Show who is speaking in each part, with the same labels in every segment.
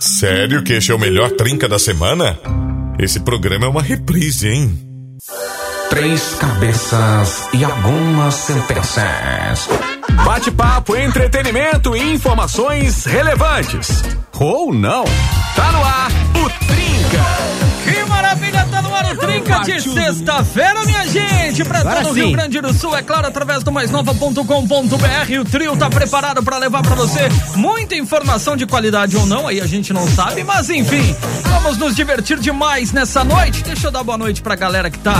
Speaker 1: Sério que este é o melhor trinca da semana? Esse programa é uma reprise, hein?
Speaker 2: Três cabeças e algumas sentenças.
Speaker 3: Bate-papo, entretenimento e informações relevantes. Ou não. Tá no ar o Trinca.
Speaker 4: Que maravilha, tá no ar o Trinca de sexta-feira, minha gente! Pra
Speaker 5: Agora
Speaker 4: todo o
Speaker 5: sim.
Speaker 4: Rio Grande do Sul, é claro, através do maisnova.com.br. O trio tá preparado pra levar pra você muita informação de qualidade ou não, aí a gente não sabe, mas enfim, vamos nos divertir demais nessa noite. Deixa eu dar boa noite pra galera que tá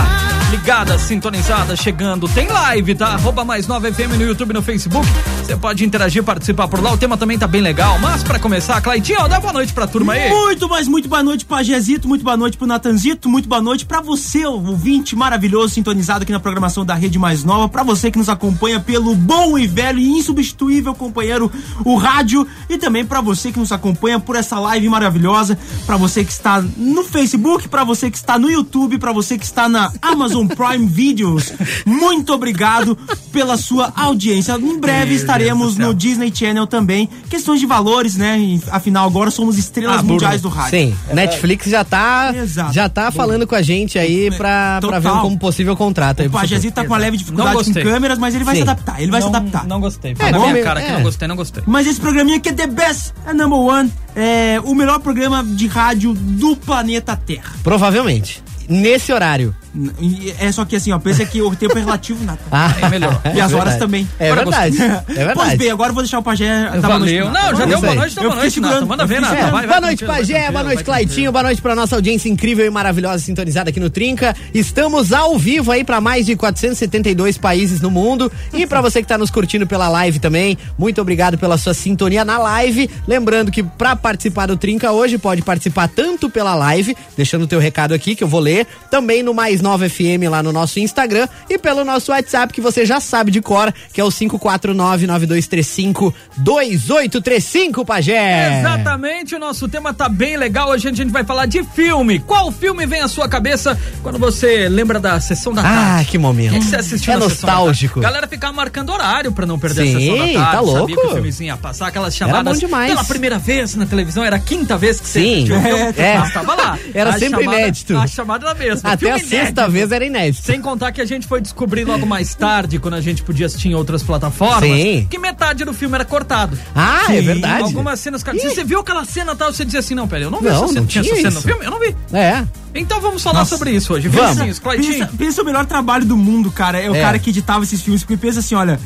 Speaker 4: ligada, sintonizada, chegando. Tem live, tá? Arroba mais nova FM no YouTube e no Facebook. Você pode interagir, participar por lá. O tema também tá bem legal. Mas pra começar, Claitinho, dá boa noite pra turma aí.
Speaker 5: Muito, mas muito boa noite pra Jezito, muito boa noite pro Natanzito, muito boa noite pra você, ouvinte maravilhoso, sintonizado aqui na programação da Rede Mais Nova, pra você que nos acompanha pelo bom e velho e insubstituível companheiro, o rádio, e também pra você que nos acompanha por essa live maravilhosa, pra você que está no Facebook, pra você que está no YouTube, pra você que está na Amazon Prime Videos. Muito obrigado pela sua audiência. Em breve estaremos no Disney Channel também. Questões de valores, né? E, Afinal, agora somos estrelas
Speaker 4: Ah, burro.
Speaker 5: mundiais do rádio.
Speaker 6: Sim, Netflix já tá,
Speaker 5: É, Exato.
Speaker 6: já tá falando com a gente aí pra, pra ver um
Speaker 5: Total.
Speaker 6: como possível contrato. Aí
Speaker 5: O
Speaker 6: pro
Speaker 5: Pajazito tá com uma leve
Speaker 4: Não
Speaker 5: dificuldade com
Speaker 4: gostei.
Speaker 5: câmeras, mas ele vai
Speaker 6: Sim.
Speaker 5: se adaptar. Ele vai se
Speaker 4: Não-
Speaker 5: adaptar.
Speaker 4: Não gostei. Fala na
Speaker 6: bom,
Speaker 4: minha
Speaker 6: meu-
Speaker 4: cara que
Speaker 6: é.
Speaker 4: não gostei, não gostei.
Speaker 5: Mas esse programinha aqui é The Best, é number one. É o melhor programa de rádio do planeta Terra.
Speaker 6: futuro. Provavelmente. Nesse horário.
Speaker 5: N- e É só que assim, ó, pensa que o tempo é relativo, Natan.
Speaker 6: Ah,
Speaker 4: É melhor.
Speaker 5: E as horas
Speaker 6: verdade.
Speaker 5: também.
Speaker 6: É
Speaker 4: Agora
Speaker 6: verdade. É
Speaker 5: Pois bem,
Speaker 6: verdade.
Speaker 5: agora eu vou deixar o Pajé dar boa noite
Speaker 4: Valeu.
Speaker 5: pro Natan.
Speaker 4: Não, já
Speaker 6: Isso
Speaker 4: deu boa
Speaker 6: aí.
Speaker 4: noite, dá
Speaker 5: Eu
Speaker 4: boa noite,
Speaker 5: fiquei
Speaker 4: Nata.
Speaker 5: segurando,
Speaker 4: Manda
Speaker 5: eu
Speaker 4: ver,
Speaker 5: fiquei
Speaker 4: Nata.
Speaker 6: É,
Speaker 4: Vai, vai,
Speaker 6: boa noite,
Speaker 4: tranquilo, vai,
Speaker 6: Pajé. Boa
Speaker 4: tranquilo,
Speaker 6: noite,
Speaker 4: vai,
Speaker 6: Claitinho. Boa noite pra nossa audiência incrível e maravilhosa, sintonizada aqui no Trinca. Estamos ao vivo aí pra mais de 472 países no mundo. E pra você que tá nos curtindo pela live também, muito obrigado pela sua sintonia na live. Lembrando que pra participar do Trinca hoje, pode participar tanto pela live, deixando o teu recado aqui que eu vou ler, também no Mais Nova FM lá no nosso Instagram e pelo nosso WhatsApp que você já sabe de cor, que é o 549-9235-2835, Pajé.
Speaker 4: Exatamente, o nosso tema tá bem legal. Hoje a gente vai falar de filme. Qual filme vem à sua cabeça quando você lembra da sessão da
Speaker 6: Ah,
Speaker 4: tarde?
Speaker 6: que momento.
Speaker 4: O que, que você assistiu
Speaker 6: É
Speaker 4: na sessão da tarde?
Speaker 6: nostálgico.
Speaker 4: Galera ficar marcando horário pra não perder a
Speaker 6: Sim,
Speaker 4: sessão da tarde.
Speaker 6: tá louco.
Speaker 4: Sabia que o filmezinho ia passar, aquelas
Speaker 6: bom
Speaker 4: chamadas
Speaker 6: demais.
Speaker 4: pela primeira vez na televisão, era a quinta vez que você
Speaker 6: Sim.
Speaker 4: assistiu o filme,
Speaker 6: É.
Speaker 4: mas tava lá.
Speaker 6: Era
Speaker 4: A
Speaker 6: sempre
Speaker 4: chamada-
Speaker 6: inédito.
Speaker 4: A chamada era a mesma.
Speaker 6: Até a
Speaker 4: Filme inédito.
Speaker 6: sexta vez era inédito.
Speaker 4: Sem contar que a gente foi descobrir logo mais tarde, quando a gente podia assistir em outras plataformas,
Speaker 6: Sim.
Speaker 4: que metade do filme era cortado.
Speaker 6: Ah, é
Speaker 5: Sim.
Speaker 6: verdade.
Speaker 4: Algumas cenas, cara. Você viu aquela cena tal, você dizia assim: não, pera, eu não vi
Speaker 6: Não,
Speaker 4: essa cena.
Speaker 6: não
Speaker 4: tinha essa
Speaker 6: tinha
Speaker 4: cena no
Speaker 6: isso.
Speaker 4: filme? Eu não vi.
Speaker 6: É.
Speaker 4: Então vamos falar sobre isso hoje. assim,
Speaker 6: Vamos.
Speaker 4: Vizinhos,
Speaker 5: Pensa,
Speaker 4: Claitinho.
Speaker 5: pensa o melhor trabalho do mundo, cara. É o
Speaker 6: É.
Speaker 5: cara que editava esses filmes, porque pensa assim, olha.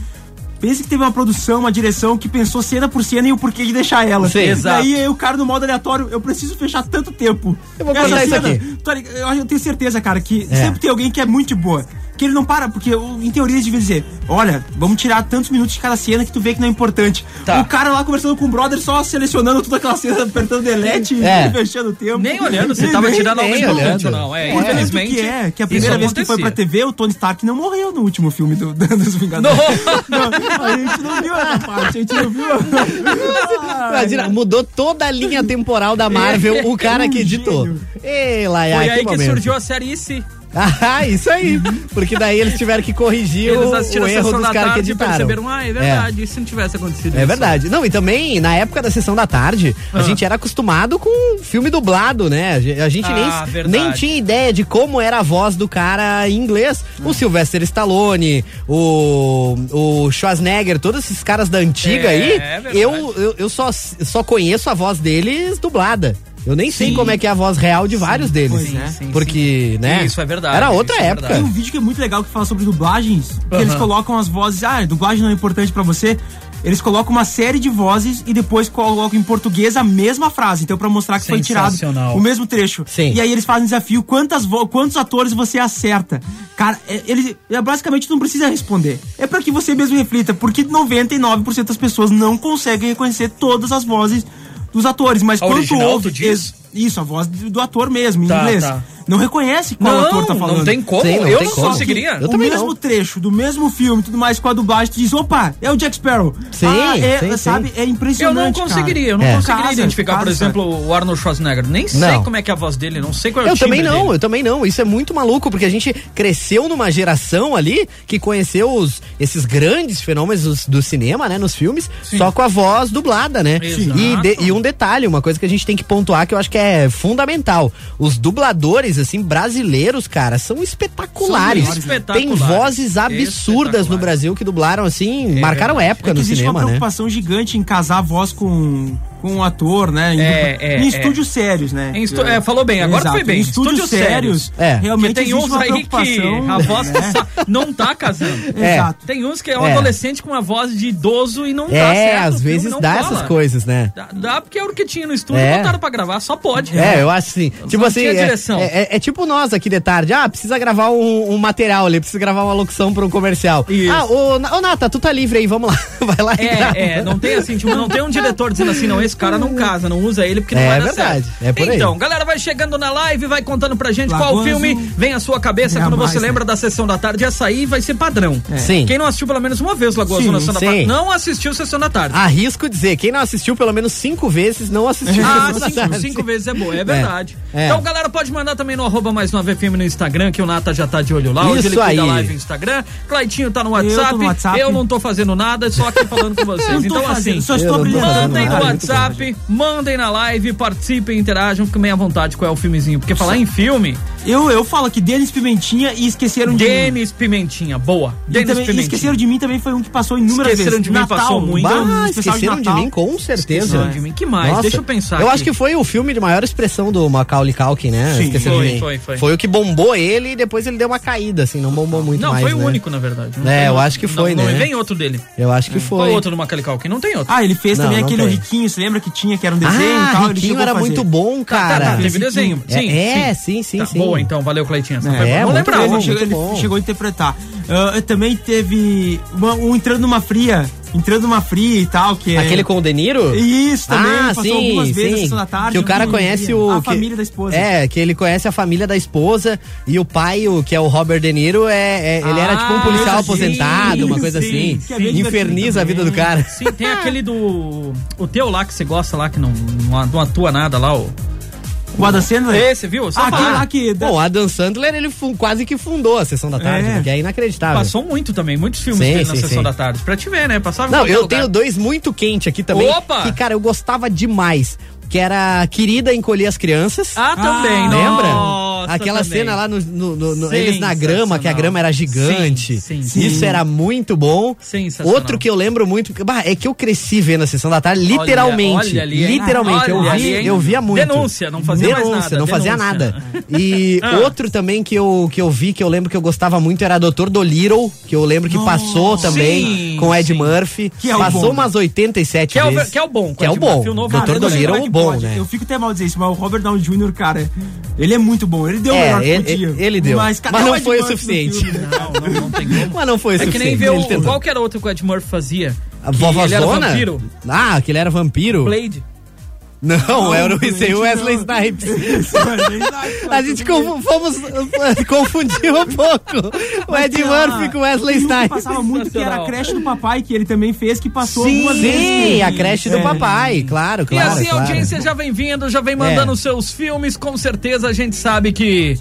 Speaker 5: Pensa que teve uma produção, uma direção que pensou cena por cena e o porquê de deixar ela.
Speaker 6: Sim.
Speaker 4: Exato.
Speaker 5: Daí aí, o cara no modo aleatório, eu preciso fechar tanto tempo.
Speaker 6: Eu vou cortar isso aqui.
Speaker 5: tô ligado, Eu, eu tenho certeza, cara, que
Speaker 6: É.
Speaker 5: sempre tem alguém que é muito de boa. Que ele não para, porque o- em teoria ele devia dizer: Olha, vamos tirar tantos minutos de cada cena que tu vê que não é importante.
Speaker 4: Tá.
Speaker 5: O cara lá conversando com o brother, só selecionando toda aquela cena, apertando delete
Speaker 6: É.
Speaker 5: e fechando o tempo.
Speaker 4: Nem olhando, você
Speaker 5: Nem-
Speaker 4: tava
Speaker 5: nem-
Speaker 4: tirando algo
Speaker 6: nem
Speaker 4: importante ou
Speaker 6: olhando.
Speaker 4: não. É,
Speaker 5: Por tanto
Speaker 4: infelizmente.
Speaker 5: que é, que a
Speaker 4: isso
Speaker 5: primeira vez que foi pra
Speaker 4: acontecia.
Speaker 5: TV, o Tony Stark não morreu no último filme do, do- dos Vingadores. Não. a gente não viu essa parte, a gente não viu.
Speaker 6: Imagina, mudou toda a linha temporal da
Speaker 4: É.
Speaker 6: Marvel, o cara que editou.
Speaker 5: gênio.
Speaker 6: Ei, Laia,
Speaker 4: um Foi
Speaker 6: É,
Speaker 4: aí
Speaker 6: que
Speaker 4: que
Speaker 6: momento.
Speaker 4: surgiu a série IC.
Speaker 6: Ah, isso aí. Porque daí eles tiveram que corrigir o,
Speaker 4: Eles
Speaker 6: o
Speaker 4: assistiram a
Speaker 6: erro
Speaker 4: sessão
Speaker 6: dos
Speaker 4: da
Speaker 6: caras que
Speaker 4: tarde e
Speaker 6: editaram.
Speaker 4: perceberam: ah, é verdade. E se não tivesse acontecido
Speaker 6: É
Speaker 4: isso?
Speaker 6: verdade. Não, e também, na época da sessão da tarde,
Speaker 4: Ah.
Speaker 6: a gente era acostumado com filme dublado, né? A ge- A gente
Speaker 4: Ah,
Speaker 6: nem,
Speaker 4: verdade.
Speaker 6: nem tinha ideia de como era a voz do cara em inglês.
Speaker 4: Ah.
Speaker 6: O Sylvester Stallone, o, o Schwarzenegger, todos esses caras da
Speaker 4: É,
Speaker 6: antiga aí,
Speaker 4: é verdade.
Speaker 6: eu, eu, eu só, só conheço a voz deles dublada. Eu nem sei
Speaker 4: Sim.
Speaker 6: como é que é a voz real de vários deles.
Speaker 4: pois é. Sim, sim,
Speaker 6: porque, né?
Speaker 4: Isso é verdade,
Speaker 6: Era outra
Speaker 4: isso é
Speaker 6: época.
Speaker 5: Tem um vídeo que é muito legal que fala sobre dublagens, que
Speaker 4: Aham.
Speaker 5: eles colocam as vozes, ah, dublagem não é importante pra você. Eles colocam uma série de vozes e depois colocam em português a mesma frase, então pra mostrar que foi tirado
Speaker 4: Sensacional.
Speaker 5: o mesmo trecho.
Speaker 6: Sim.
Speaker 5: E aí eles fazem um desafio, quantas vo- quantos atores você acerta? Cara, é- eles é, basicamente tu não precisa responder. É pra que você mesmo reflita, porque 99% das pessoas não conseguem reconhecer todas as vozes dos atores, mas
Speaker 4: A
Speaker 5: quando tu
Speaker 4: original,
Speaker 5: ouve
Speaker 4: tu diz?
Speaker 5: isso, a voz do do ator mesmo em
Speaker 4: Tá,
Speaker 5: inglês.
Speaker 4: tá.
Speaker 5: Não reconhece qual
Speaker 4: não,
Speaker 5: ator tá falando.
Speaker 4: não tem como.
Speaker 6: Sim, não
Speaker 4: eu
Speaker 6: tem
Speaker 4: não
Speaker 6: como.
Speaker 4: conseguiria.
Speaker 6: Eu
Speaker 5: o
Speaker 6: também
Speaker 5: mesmo
Speaker 6: não.
Speaker 5: trecho do mesmo filme, tudo mais, com a dublagem, tu diz, opa, é o Jack Sparrow.
Speaker 6: Sim,
Speaker 5: ah, é,
Speaker 6: sim, sim.
Speaker 5: sabe? É
Speaker 4: Eu
Speaker 5: impressionante,
Speaker 4: não
Speaker 5: cara.
Speaker 4: conseguiria, eu não
Speaker 6: É.
Speaker 4: conseguiria
Speaker 5: Casa,
Speaker 4: identificar, por
Speaker 5: casa,
Speaker 4: exemplo, o Arnold Schwarzenegger. Nem sei
Speaker 6: Não.
Speaker 4: como é que é a voz dele, não sei qual é o
Speaker 6: Eu também
Speaker 4: timbre
Speaker 6: não,
Speaker 4: dele.
Speaker 6: eu também não. Isso é muito maluco, porque a gente cresceu numa geração ali que conheceu os, esses grandes fenômenos dos- do, cinema, né? Nos filmes, só com a voz dublada, né?
Speaker 4: Sim.
Speaker 6: E, de-
Speaker 4: Exato.
Speaker 6: e um detalhe, uma coisa que a gente tem que pontuar que eu acho que é fundamental. Os dubladores, assim, brasileiros, cara, são espetaculares.
Speaker 4: São
Speaker 6: Tem
Speaker 4: espetaculares. É
Speaker 6: vozes absurdas no
Speaker 4: Espetaculares.
Speaker 6: Brasil que dublaram, assim, marcaram
Speaker 5: É
Speaker 6: época
Speaker 5: que
Speaker 6: no
Speaker 5: existe
Speaker 6: cinema,
Speaker 5: uma
Speaker 6: né?
Speaker 5: preocupação gigante em casar a voz com, com um ator, né? Em,
Speaker 4: É,
Speaker 5: dupla-
Speaker 4: é,
Speaker 5: em
Speaker 4: é.
Speaker 5: estúdios sérios, né?
Speaker 4: Em estu- é, falou bem, agora
Speaker 5: Exato,
Speaker 4: foi bem.
Speaker 5: Em estúdios,
Speaker 4: Estúdios
Speaker 5: sérios,
Speaker 4: sérios.
Speaker 6: É.
Speaker 5: realmente
Speaker 4: Porque tem
Speaker 5: existe
Speaker 4: uns
Speaker 5: uma
Speaker 4: aí que
Speaker 5: preocupação. né?
Speaker 4: a voz só- não tá casando.
Speaker 6: É.
Speaker 5: Exato.
Speaker 4: Tem uns que é um
Speaker 6: É.
Speaker 4: adolescente com uma voz de idoso e não dá
Speaker 6: é,
Speaker 4: tá certo. o
Speaker 6: às
Speaker 4: filme
Speaker 6: vezes
Speaker 4: não
Speaker 6: dá
Speaker 4: cola.
Speaker 6: essas coisas, né?
Speaker 4: Dá, dá porque era o que tinha no estúdio,
Speaker 6: É.
Speaker 4: botaram pra gravar, só pode.
Speaker 6: É, eu acho assim. Tipo
Speaker 4: não
Speaker 6: assim.
Speaker 4: tinha
Speaker 6: é-
Speaker 4: direção.
Speaker 6: É, é- é tipo nós aqui de tarde. Ah, precisa gravar um, um material ali, precisa gravar uma locução pra um comercial.
Speaker 4: Isso.
Speaker 6: Ah, ô, Na- ô Nata, tu tá livre aí, vamos lá. Vai lá e grava.
Speaker 4: É, é, não tem assim, tipo, não tem um diretor dizendo assim, não, esse cara não casa, não usa ele porque não
Speaker 6: É
Speaker 4: vai dar
Speaker 6: verdade,
Speaker 4: certo.
Speaker 6: é por aí.
Speaker 4: Então, galera, vai chegando na live, vai contando pra gente
Speaker 5: Lagoa
Speaker 4: qual filme
Speaker 5: Azul.
Speaker 4: vem à sua cabeça
Speaker 5: Vem a
Speaker 4: quando
Speaker 5: mais,
Speaker 4: você
Speaker 5: né?
Speaker 4: lembra da sessão da tarde. Essa aí vai ser padrão.
Speaker 6: Sim.
Speaker 4: Quem não assistiu pelo menos uma vez Lagoa
Speaker 5: Sim, Ah,
Speaker 4: Azul na sessão da
Speaker 6: sim.
Speaker 4: tarde, não assistiu sessão da tarde.
Speaker 6: Arrisco dizer, quem não assistiu pelo menos cinco vezes, não assistiu.
Speaker 4: Ah,
Speaker 6: Essa
Speaker 4: cinco,
Speaker 6: tarde.
Speaker 4: cinco vezes é boa, é verdade.
Speaker 6: É.
Speaker 4: Então, galera, pode mandar também no arroba mais 9FM no Instagram, que o Nata já tá de olho lá. Hoje
Speaker 6: Isso
Speaker 4: ele cuida
Speaker 6: aí.
Speaker 4: live no Instagram. Claitinho tá no
Speaker 5: tô no
Speaker 4: WhatsApp.
Speaker 5: WhatsApp.
Speaker 4: não tô fazendo nada, só aqui falando com vocês.
Speaker 5: Eu não tô
Speaker 4: então,
Speaker 5: fazendo,
Speaker 4: assim,
Speaker 5: só
Speaker 6: Eu
Speaker 5: estou
Speaker 6: não tô
Speaker 5: brilhando.
Speaker 6: fazendo
Speaker 4: Mandem no
Speaker 6: nada.
Speaker 4: WhatsApp, mandem na live, participem, interajam, fiquem bem à vontade qual é o filmezinho. Porque falar em filme,
Speaker 5: Eu, eu falo aqui, Denis Pimentinha e Esqueceram de Mim.
Speaker 4: Denis Pimentinha, boa.
Speaker 5: E
Speaker 4: Denis
Speaker 5: também,
Speaker 4: Pimentinha.
Speaker 5: Esqueceram de Mim também foi um que passou inúmeras
Speaker 4: Esqueceram
Speaker 5: vezes.
Speaker 4: de Mim
Speaker 5: Natal,
Speaker 4: passou muito.
Speaker 5: então,
Speaker 6: Ah,
Speaker 5: especial
Speaker 6: esqueceram de,
Speaker 5: Natal.
Speaker 6: mim, com certeza.
Speaker 4: Esqueceram de mim, que mais? Deixa eu pensar
Speaker 6: Eu
Speaker 4: aqui.
Speaker 6: acho que foi o filme de maior expressão do Macaulay Culkin, né?
Speaker 5: Sim.
Speaker 6: Esqueceram
Speaker 4: Foi,
Speaker 6: de mim.
Speaker 4: foi, foi.
Speaker 6: o que bombou ele e depois ele deu uma caída, assim, não bombou muito
Speaker 4: Não,
Speaker 6: mais.
Speaker 4: foi o
Speaker 6: né?
Speaker 4: único, na verdade. Não
Speaker 6: É,
Speaker 4: tem
Speaker 6: eu
Speaker 4: outro.
Speaker 6: acho que foi,
Speaker 4: não,
Speaker 6: né?
Speaker 4: Não vem outro dele.
Speaker 6: Eu acho que
Speaker 4: Qual
Speaker 6: foi.
Speaker 4: outro do Macaulay Culkin? Não tem outro.
Speaker 5: Ah, ele fez
Speaker 6: Não,
Speaker 5: também
Speaker 6: não
Speaker 5: aquele
Speaker 6: tem.
Speaker 5: Riquinho, você lembra que tinha, que era um desenho e
Speaker 6: Ah,
Speaker 5: tal? Ele
Speaker 6: Riquinho
Speaker 5: chegou a
Speaker 6: era
Speaker 5: fazer.
Speaker 6: muito bom, cara.
Speaker 4: tá, tá, teve desenho.
Speaker 6: É,
Speaker 4: Sim,
Speaker 6: é,
Speaker 4: sim.
Speaker 6: sim, sim,
Speaker 4: Tá,
Speaker 6: sim.
Speaker 4: Boa, então, valeu, Cleitinho. Essa foi
Speaker 6: é,
Speaker 4: boa. não
Speaker 6: muito
Speaker 4: lembrava.
Speaker 6: bom.
Speaker 5: ele, chegou, ele
Speaker 6: bom.
Speaker 5: chegou a interpretar. Ah, também teve uma- um entrando numa fria. Entrando numa fria e tal, que é.
Speaker 6: Aquele com o De Niro?
Speaker 5: Isso, também.
Speaker 6: Ah,
Speaker 5: passou
Speaker 6: sim,
Speaker 5: algumas vezes na
Speaker 6: sim.
Speaker 5: sessão da tarde.
Speaker 6: que o cara
Speaker 5: algum
Speaker 6: conhece
Speaker 5: dia.
Speaker 6: o...
Speaker 5: A
Speaker 6: que-
Speaker 5: família da esposa.
Speaker 6: É, que ele conhece a família da esposa e o pai, o, que é o Robert De Niro, é, é- ele era
Speaker 4: Ah,
Speaker 6: tipo um policial
Speaker 4: sim,
Speaker 6: aposentado, uma coisa
Speaker 5: sim,
Speaker 6: assim.
Speaker 5: que é bem divertido
Speaker 6: Inferniza a vida do cara.
Speaker 4: Sim, tem aquele do. O teu lá que você gosta lá, que não, não atua nada lá, o.
Speaker 5: O Adam Sandler?
Speaker 6: É.
Speaker 4: Esse, viu? Só
Speaker 5: Ah, aquele
Speaker 4: falar.
Speaker 5: lá que.
Speaker 6: Bom, Adam Sandler, ele fu- quase que fundou a Sessão da Tarde,
Speaker 5: É.
Speaker 6: né, que é inacreditável.
Speaker 4: Passou muito também, muitos filmes
Speaker 6: Sim,
Speaker 4: dele na
Speaker 6: sim,
Speaker 4: sessão
Speaker 6: sim.
Speaker 4: da tarde. Pra te ver, né? Passava em
Speaker 6: Não,
Speaker 4: qualquer
Speaker 6: eu
Speaker 4: lugar.
Speaker 6: tenho dois muito quente aqui também.
Speaker 4: Opa!
Speaker 6: Que, cara, eu gostava demais. Que era Querida Encolher as Crianças.
Speaker 4: Ah, também.
Speaker 5: Ah,
Speaker 6: Lembra?
Speaker 4: Nossa,
Speaker 6: Aquela
Speaker 4: também.
Speaker 6: cena lá no, no- no- no- eles na grama, que a grama era gigante.
Speaker 4: Sim, sim,
Speaker 6: Isso
Speaker 5: sim.
Speaker 6: era muito bom.
Speaker 4: Sensacional.
Speaker 6: Outro que eu lembro muito, que- bah, é que eu cresci vendo a sessão da tarde,
Speaker 4: Olha,
Speaker 6: literalmente.
Speaker 4: olha ali, hein?
Speaker 6: literalmente, eu,
Speaker 4: Olha
Speaker 6: vi-
Speaker 4: ali, hein?
Speaker 6: eu via muito.
Speaker 4: Denúncia, não fazia mais
Speaker 6: denúncia,
Speaker 4: nada,
Speaker 6: Não fazia
Speaker 4: denúncia. Ah.
Speaker 6: nada. E outro também que eu, que eu vi, que eu lembro que eu gostava muito, era Doutor Dolittle, que eu lembro que passou também
Speaker 4: Sim,
Speaker 6: com Ed
Speaker 4: sim.
Speaker 6: Murphy.
Speaker 5: Que é o
Speaker 6: passou
Speaker 5: bom.
Speaker 6: umas 87
Speaker 4: né? Que é o-
Speaker 6: vezes.
Speaker 4: que é o bom,
Speaker 6: Que é o
Speaker 4: Ed
Speaker 6: bom.
Speaker 4: Murphy, o novo
Speaker 6: Doutor
Speaker 4: Cara,
Speaker 5: eu não sei
Speaker 6: Dolittle é
Speaker 5: como
Speaker 6: o
Speaker 5: que
Speaker 6: bom,
Speaker 5: pode.
Speaker 6: né?
Speaker 5: Eu fico até mal dizer isso, mas o Robert Downey Jr., cara, ele é muito bom. Ele deu o
Speaker 6: É,
Speaker 5: melhor
Speaker 6: ele-
Speaker 5: que podia.
Speaker 6: ele deu. Mas
Speaker 5: o
Speaker 6: não
Speaker 5: Ed Murphy
Speaker 6: foi o
Speaker 5: no
Speaker 6: suficiente.
Speaker 5: filme?
Speaker 4: Não, não, não tem como.
Speaker 6: Mas não foi isso.
Speaker 4: É que nem ver o, qual que era outro que o Ed Murphy fazia.
Speaker 6: A
Speaker 4: Que Ele era
Speaker 6: vovózona?
Speaker 4: vampiro.
Speaker 6: Ah, que ele era vampiro?
Speaker 4: Blade.
Speaker 6: Não, era o
Speaker 5: Blade
Speaker 6: esse aí, o
Speaker 5: não.
Speaker 6: Wesley Snipes.
Speaker 5: Isso, mas nem dá,
Speaker 6: A
Speaker 5: cara.
Speaker 6: gente confu- fomos, confundiu um pouco o
Speaker 5: Mas
Speaker 6: Ed
Speaker 5: tem uma-
Speaker 6: Murphy com o Wesley
Speaker 5: tem um que
Speaker 6: Snipes.
Speaker 5: passava muito que era a
Speaker 4: Sensacional.
Speaker 5: creche do papai, que ele também fez, que passou algumas vezes.
Speaker 6: Sim, a
Speaker 5: nele.
Speaker 6: creche
Speaker 5: É.
Speaker 6: do papai, claro,
Speaker 4: E
Speaker 6: claro.
Speaker 4: assim a
Speaker 6: claro.
Speaker 4: audiência já vem vindo, já vem mandando
Speaker 6: É.
Speaker 4: os seus filmes. Com certeza a gente sabe que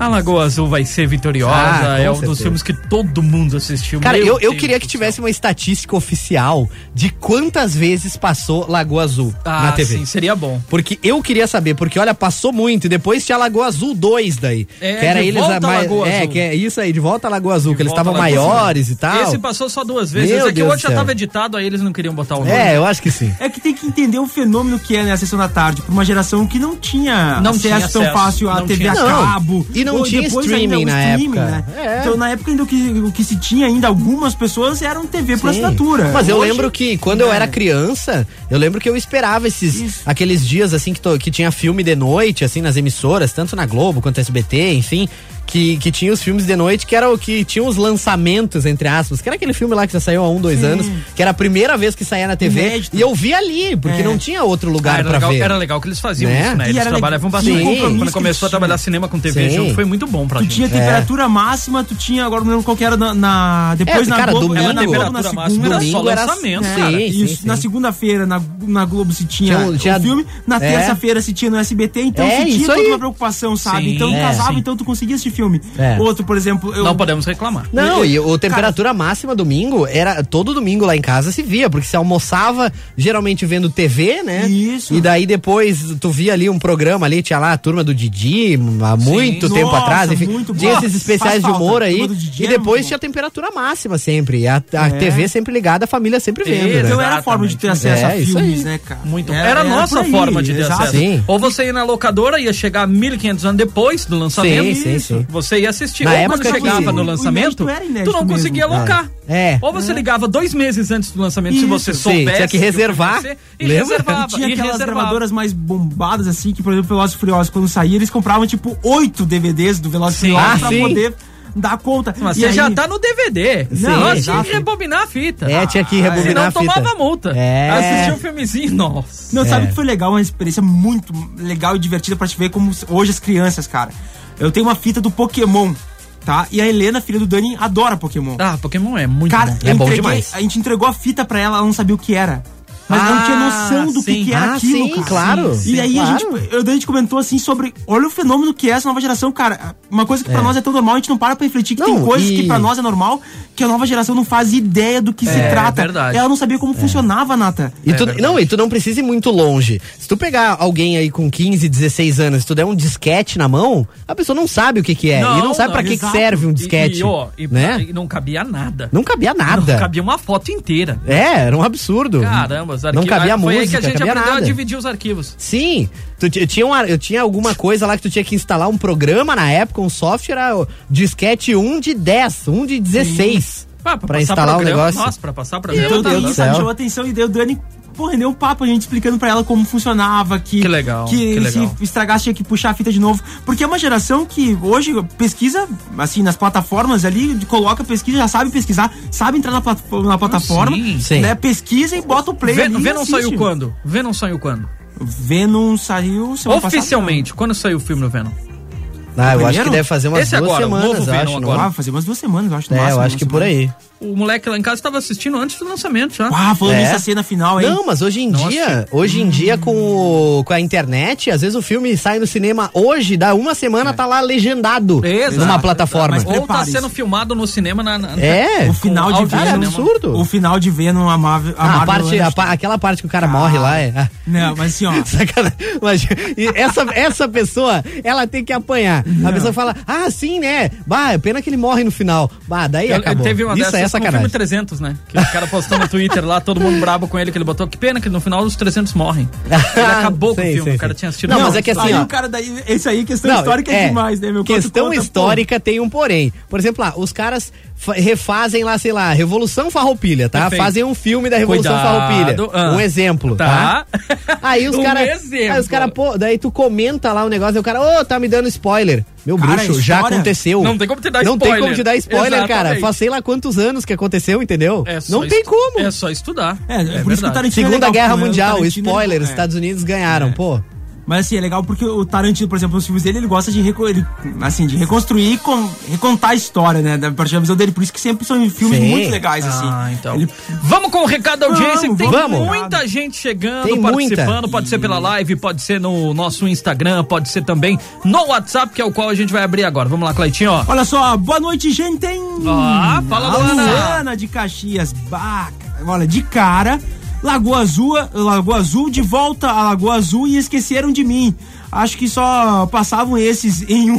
Speaker 4: a Lagoa Azul vai ser vitoriosa.
Speaker 6: Ah, com
Speaker 4: é um dos
Speaker 6: certeza.
Speaker 4: filmes que todo mundo assistiu.
Speaker 6: Cara,
Speaker 4: Meu
Speaker 6: eu, eu
Speaker 4: Deus
Speaker 6: queria que
Speaker 4: do
Speaker 6: tivesse uma estatística oficial de quantas vezes passou Lagoa Azul
Speaker 4: céu. Ah,
Speaker 6: na TV.
Speaker 4: sim, seria bom.
Speaker 6: Porque eu queria saber, porque olha, passou muito, e depois tinha Lagoa Azul 2 daí.
Speaker 4: É,
Speaker 6: que era
Speaker 4: de
Speaker 6: eles
Speaker 4: volta
Speaker 6: a
Speaker 4: à
Speaker 6: mais,
Speaker 4: Lagoa
Speaker 6: É,
Speaker 4: Azul.
Speaker 6: que é isso aí, de volta à Lagoa Azul, que eles
Speaker 4: volta
Speaker 6: estavam
Speaker 4: à Lagoa Azul.
Speaker 6: maiores e tal.
Speaker 4: Esse passou só duas vezes.
Speaker 6: Meu
Speaker 4: é que
Speaker 6: Deus
Speaker 4: o
Speaker 6: do
Speaker 4: outro já
Speaker 6: céu.
Speaker 4: tava editado, aí eles não queriam botar o nome.
Speaker 6: É, eu acho que sim.
Speaker 5: É que tem que entender o fenômeno que é nessa sessão da tarde, pra uma geração que não tinha
Speaker 4: Não
Speaker 5: acesso
Speaker 4: tinha
Speaker 5: tão
Speaker 4: acesso,
Speaker 5: fácil à
Speaker 4: não
Speaker 5: TV
Speaker 4: tinha.
Speaker 5: a
Speaker 6: Não,
Speaker 5: cabo.
Speaker 6: e não
Speaker 5: ou
Speaker 6: tinha
Speaker 5: depois
Speaker 6: streaming
Speaker 5: ainda o
Speaker 6: na época.
Speaker 5: Né?
Speaker 6: É.
Speaker 5: Então, na época, ainda o que, o que se tinha ainda, algumas pessoas eram TV por
Speaker 6: Sim.
Speaker 5: assinatura.
Speaker 6: Mas eu
Speaker 5: Hoje-
Speaker 6: lembro que quando eu
Speaker 5: É.
Speaker 6: era criança, eu lembro que eu esperava esses
Speaker 5: Isso.
Speaker 6: aqueles dias assim que, to- que tinha filme de noite assim nas emissoras, tanto na Globo quanto na SBT, enfim. que, que tinha os filmes de noite, que era o que tinha os lançamentos, entre aspas, que era aquele filme lá que já saiu há um, dois anos, que era a primeira vez que saía na TV.
Speaker 5: Inédito.
Speaker 6: E eu vi ali, porque
Speaker 5: É.
Speaker 6: não tinha outro
Speaker 4: Ah,
Speaker 6: lugar
Speaker 4: era,
Speaker 6: pra
Speaker 4: legal,
Speaker 6: ver.
Speaker 4: era legal que eles faziam
Speaker 6: Né?
Speaker 4: isso, né?
Speaker 5: E
Speaker 4: Eles
Speaker 5: era legal.
Speaker 4: trabalhavam
Speaker 5: Sim.
Speaker 4: bastante.
Speaker 5: Compromisso
Speaker 4: Quando
Speaker 5: que
Speaker 4: começou a
Speaker 5: eles
Speaker 4: trabalhar cinema com TV
Speaker 6: Sim.
Speaker 4: junto, foi muito bom pra
Speaker 5: Tu
Speaker 4: gente.
Speaker 6: É.
Speaker 5: tinha temperatura máxima, tu tinha, agora não lembro qual que era, na, na- depois
Speaker 6: É,
Speaker 5: na
Speaker 6: cara,
Speaker 5: Globo,
Speaker 6: domingo-
Speaker 5: era na Globo na
Speaker 4: temperatura máxima
Speaker 5: segunda.
Speaker 4: era só
Speaker 6: Domingo era-
Speaker 4: lançamento,
Speaker 6: é.
Speaker 4: cara.
Speaker 6: Sim,
Speaker 5: Isso,
Speaker 6: sim.
Speaker 5: na segunda-feira na, na Globo se tinha,
Speaker 6: Tinha um-
Speaker 5: o
Speaker 6: tinha-
Speaker 5: filme, na
Speaker 6: É.
Speaker 5: terça-feira se tinha no SBT, então
Speaker 6: É,
Speaker 5: se tinha
Speaker 6: isso
Speaker 5: toda
Speaker 6: aí.
Speaker 5: uma preocupação, sabe?
Speaker 4: Sim,
Speaker 5: então
Speaker 4: é,
Speaker 5: casava,
Speaker 4: sim.
Speaker 5: então tu conseguia assistir filme.
Speaker 6: É.
Speaker 5: Outro, por exemplo, eu.
Speaker 4: Não podemos reclamar.
Speaker 6: Não, e o
Speaker 5: Cara,
Speaker 6: temperatura máxima domingo era todo domingo lá em casa se via, porque se almoçava geralmente vendo TV, né?
Speaker 5: Isso.
Speaker 6: E daí depois tu via ali um programa ali, tinha lá a turma do Didi há muito
Speaker 5: Nossa,
Speaker 6: tempo atrás, enfim,
Speaker 5: muito bom.
Speaker 6: tinha esses
Speaker 5: Nossa,
Speaker 6: especiais
Speaker 5: faz
Speaker 6: de humor
Speaker 5: falta. A
Speaker 6: aí.
Speaker 5: turma do Didi
Speaker 6: E
Speaker 5: era muito
Speaker 6: depois
Speaker 5: bom. É.
Speaker 6: tinha a temperatura máxima sempre, e a, a TV sempre ligada, a família sempre vendo,
Speaker 4: Isso,
Speaker 6: né?
Speaker 5: Então era a forma de ter
Speaker 4: Exatamente.
Speaker 5: acesso a
Speaker 6: É, isso
Speaker 5: filmes,
Speaker 6: aí.
Speaker 5: né, cara?
Speaker 4: Muito É, Era, a nossa
Speaker 5: por aí,
Speaker 4: forma de ter
Speaker 5: exato.
Speaker 4: acesso.
Speaker 6: Sim.
Speaker 4: Ou você ia na locadora, ia chegar 1.500 anos depois do lançamento.
Speaker 6: Sim, sim,
Speaker 4: isso.
Speaker 6: sim.
Speaker 4: Você ia assistir.
Speaker 6: Na
Speaker 4: Ou
Speaker 6: época
Speaker 4: quando
Speaker 6: que-
Speaker 4: chegava no
Speaker 5: o
Speaker 4: lançamento,
Speaker 5: inédito era inédito
Speaker 4: tu não conseguia
Speaker 5: mesmo,
Speaker 4: alocar.
Speaker 6: É.
Speaker 4: Ou você ligava dois meses antes do lançamento, se
Speaker 5: Isso,
Speaker 4: você
Speaker 6: sim,
Speaker 4: soubesse.
Speaker 6: tinha que
Speaker 4: o
Speaker 6: reservar.
Speaker 4: ia acontecer, E
Speaker 6: Lembra?
Speaker 4: reservava.
Speaker 5: Tinha
Speaker 4: e
Speaker 5: aquelas
Speaker 4: reservava.
Speaker 5: gravadoras mais bombadas, assim, que, por exemplo, Velozes e Furiosos, quando saía, eles compravam, tipo, oito DVDs do Velozes e
Speaker 4: Sim.
Speaker 5: Furiosos
Speaker 6: Ah,
Speaker 5: pra
Speaker 6: sim.
Speaker 5: poder dar conta.
Speaker 4: Mas
Speaker 5: E
Speaker 4: você
Speaker 5: aí-
Speaker 4: já tá no DVD.
Speaker 5: Sim.
Speaker 4: Não,
Speaker 5: Sim.
Speaker 4: tinha que rebobinar a fita.
Speaker 6: É, tinha que rebobinar
Speaker 4: Senão
Speaker 6: a fita.
Speaker 4: tomava multa.
Speaker 6: É.
Speaker 4: Assistia um filmezinho, nossa.
Speaker 5: Não, sabe que foi legal, uma experiência muito legal e divertida pra te ver como hoje as crianças, cara. Eu tenho uma fita do Pokémon, tá? E a Helena, filha do Dani, adora Pokémon.
Speaker 4: Ah, Pokémon é muito
Speaker 5: Cara,
Speaker 4: bom.
Speaker 5: eu
Speaker 6: É bom
Speaker 5: entreguei-
Speaker 6: demais.
Speaker 5: a gente entregou a fita pra ela, ela não sabia o que era. Mas ela não tinha
Speaker 4: Ah,
Speaker 5: noção do
Speaker 4: sim.
Speaker 5: que, que era
Speaker 6: Ah,
Speaker 5: aquilo,
Speaker 6: sim,
Speaker 5: cara.
Speaker 6: claro.
Speaker 5: E
Speaker 6: Sim,
Speaker 5: aí a
Speaker 6: claro.
Speaker 5: gente, eu, daí a gente comentou assim sobre, olha o fenômeno que é essa nova geração, cara. Uma coisa que pra nós é tão normal, a gente não para pra refletir que tem
Speaker 6: Não,
Speaker 5: coisas
Speaker 6: e-
Speaker 5: que pra nós é normal, que a nova geração não faz ideia do que se
Speaker 6: É,
Speaker 5: trata.
Speaker 4: verdade.
Speaker 5: Ela não sabia como funcionava, Nata.
Speaker 4: É
Speaker 6: E tu, não, e tu não precisa ir muito longe. Se tu pegar alguém aí com 15, 16 anos, se tu der um disquete na mão, a pessoa não sabe o que que é. e não sabe pra que, que
Speaker 4: exato.
Speaker 6: serve um
Speaker 4: E-
Speaker 6: disquete.
Speaker 4: E, ó, e-
Speaker 6: né?
Speaker 4: e não cabia nada.
Speaker 6: Não cabia nada.
Speaker 4: Não cabia uma foto inteira.
Speaker 6: É, era um absurdo.
Speaker 4: Caramba, os arquivos.
Speaker 6: Não cabia
Speaker 4: Foi
Speaker 6: música,
Speaker 4: aí que a gente
Speaker 6: cabia
Speaker 4: aprendeu
Speaker 6: nada.
Speaker 4: a dividir os arquivos.
Speaker 6: Sim, tu, ti- tinha uma- eu tinha alguma coisa lá que tu tinha que instalar um programa na época, um software, era o disquete 1 de 10, 1 de 16.
Speaker 4: Ah,
Speaker 6: pra, instalar o negócio.
Speaker 4: Nossa, pra passar tá pra
Speaker 5: Então
Speaker 6: Deus
Speaker 5: daí
Speaker 6: do
Speaker 5: isso
Speaker 6: céu.
Speaker 5: me chamou a atenção e daí o Dani pô, rendeu um papo a gente explicando pra ela como funcionava, que,
Speaker 4: Que legal,
Speaker 5: que,
Speaker 4: que legal.
Speaker 5: se estragasse tinha que puxar a fita de novo. Porque é uma geração que hoje pesquisa, assim, nas plataformas ali, coloca pesquisa, já sabe pesquisar, sabe entrar na, plat- na plataforma,
Speaker 4: sim.
Speaker 6: Sim.
Speaker 5: né, pesquisa e bota o play
Speaker 4: Vê,
Speaker 5: ali e
Speaker 4: Vê não
Speaker 5: assiste.
Speaker 4: saiu quando? Vê não saiu quando?
Speaker 5: Venom saiu semana passada.
Speaker 4: Oficialmente, quando saiu o filme no Venom?
Speaker 6: Ah, eu acho
Speaker 5: Primeiro?
Speaker 6: que deve fazer umas
Speaker 4: Esse
Speaker 6: duas
Speaker 4: agora, o novo
Speaker 6: semanas, eu
Speaker 4: Venom
Speaker 6: acho. não-
Speaker 4: agora. né?
Speaker 5: Ah, fazer umas duas semanas, eu acho. no
Speaker 6: É, eu
Speaker 5: máximo,
Speaker 6: acho
Speaker 5: uma
Speaker 6: que por
Speaker 5: semana.
Speaker 6: aí.
Speaker 4: O moleque lá em casa tava assistindo antes do lançamento já.
Speaker 5: Ah, falando
Speaker 6: É.
Speaker 5: nessa cena final, hein?
Speaker 6: Não, mas hoje em
Speaker 4: Nossa. Hum.
Speaker 6: dia, hoje em dia com, o- com a internet, às vezes o filme sai no cinema hoje, dá uma semana, tá lá legendado
Speaker 4: É. Exato.
Speaker 6: numa plataforma.
Speaker 5: Mas
Speaker 4: Ou tá
Speaker 5: prepare-se.
Speaker 4: sendo filmado no cinema na. na-
Speaker 6: é,
Speaker 5: O final de
Speaker 4: áudio,
Speaker 6: cara, é
Speaker 5: Venom.
Speaker 4: né,
Speaker 6: absurdo.
Speaker 5: O final de Venom, a Marvel.
Speaker 6: Ah, a
Speaker 5: Marvel
Speaker 6: parte, a
Speaker 5: acho que-
Speaker 6: pa- aquela parte que o cara morre lá é. ah,
Speaker 5: Não, mas assim, ó.
Speaker 6: Sacanagem. Imagina, e essa, essa pessoa, ela tem que apanhar. A pessoa fala, ah, sim, né? Bah, é pena que ele morre no final. Bah, daí
Speaker 4: Eu- eu-
Speaker 6: acabou.
Speaker 4: teve uma
Speaker 6: Isso
Speaker 4: dessas
Speaker 6: é
Speaker 4: no filme
Speaker 6: sacanagem.
Speaker 4: 300, né? Que o cara postou no Twitter lá, todo mundo brabo com ele, que ele botou. Que pena que no final os 300 morrem. Ele acabou com o
Speaker 6: Sei,
Speaker 4: filme,
Speaker 6: sei,
Speaker 4: o cara
Speaker 6: sei.
Speaker 4: tinha assistido. um
Speaker 6: Não, mas é que assim,
Speaker 5: aí
Speaker 6: ó.
Speaker 5: o cara daí, esse aí, questão
Speaker 6: Não,
Speaker 5: histórica é, demais, né, meu? Quanto
Speaker 6: Questão
Speaker 5: conta, pô.
Speaker 6: histórica tem um porém. Por exemplo, lá, os caras fa- refazem lá, sei lá, Revolução Farroupilha, tá?
Speaker 4: Perfeito.
Speaker 6: Fazem um filme da Revolução
Speaker 4: Cuidado.
Speaker 6: Farroupilha.
Speaker 4: Ah.
Speaker 6: Um exemplo, tá?
Speaker 4: Tá.
Speaker 6: Aí os
Speaker 4: Um
Speaker 6: caras,
Speaker 4: exemplo.
Speaker 6: aí os cara, pô, daí tu comenta lá o negócio, e o cara, ô, tá me dando spoiler. Meu
Speaker 5: Cara,
Speaker 6: bruxo, já
Speaker 5: história-
Speaker 6: aconteceu.
Speaker 4: Não tem como te dar
Speaker 6: Não tem
Speaker 4: spoiler.
Speaker 6: como te dar spoiler, cara.
Speaker 4: Exatamente.
Speaker 6: Faz sei lá quantos anos que aconteceu, entendeu?
Speaker 4: É só
Speaker 6: Não tem
Speaker 4: estu-
Speaker 6: como.
Speaker 4: É só estudar.
Speaker 5: É, é, por isso que o
Speaker 4: verdade.
Speaker 5: Tarantino. é
Speaker 6: Segunda
Speaker 5: legal,
Speaker 6: Guerra
Speaker 5: né? O
Speaker 6: Mundial,
Speaker 5: Tarantino é-
Speaker 6: spoiler, os
Speaker 5: é.
Speaker 6: Estados Unidos ganharam, pô.
Speaker 5: Mas assim, é legal porque o Tarantino, por exemplo, nos filmes dele, ele gosta de, reco- ele, assim, de reconstruir, e con- recontar a história, né? Da partir da visão dele. Por isso que sempre são filmes
Speaker 6: Sim.
Speaker 5: muito legais, assim.
Speaker 4: Ah, então.
Speaker 5: Ele-
Speaker 4: Vamos com o recado da audiência,
Speaker 5: Vamos,
Speaker 4: que tem
Speaker 6: vamos.
Speaker 4: muita gente chegando,
Speaker 6: Tem
Speaker 4: participando.
Speaker 6: muita.
Speaker 4: Pode ser pela live, pode ser no nosso Instagram, pode ser também no WhatsApp, que é o qual a gente vai abrir agora. Vamos lá, Cleitinho, ó.
Speaker 5: Olha só, boa noite, gente! hein?
Speaker 4: Ah, fala,
Speaker 5: A
Speaker 4: Luana.
Speaker 5: Luana de Caxias, baca. Olha, de cara, Lagoa Azul, Lagoa Azul, de volta à Lagoa Azul e esqueceram de mim. Acho que só passavam esses em um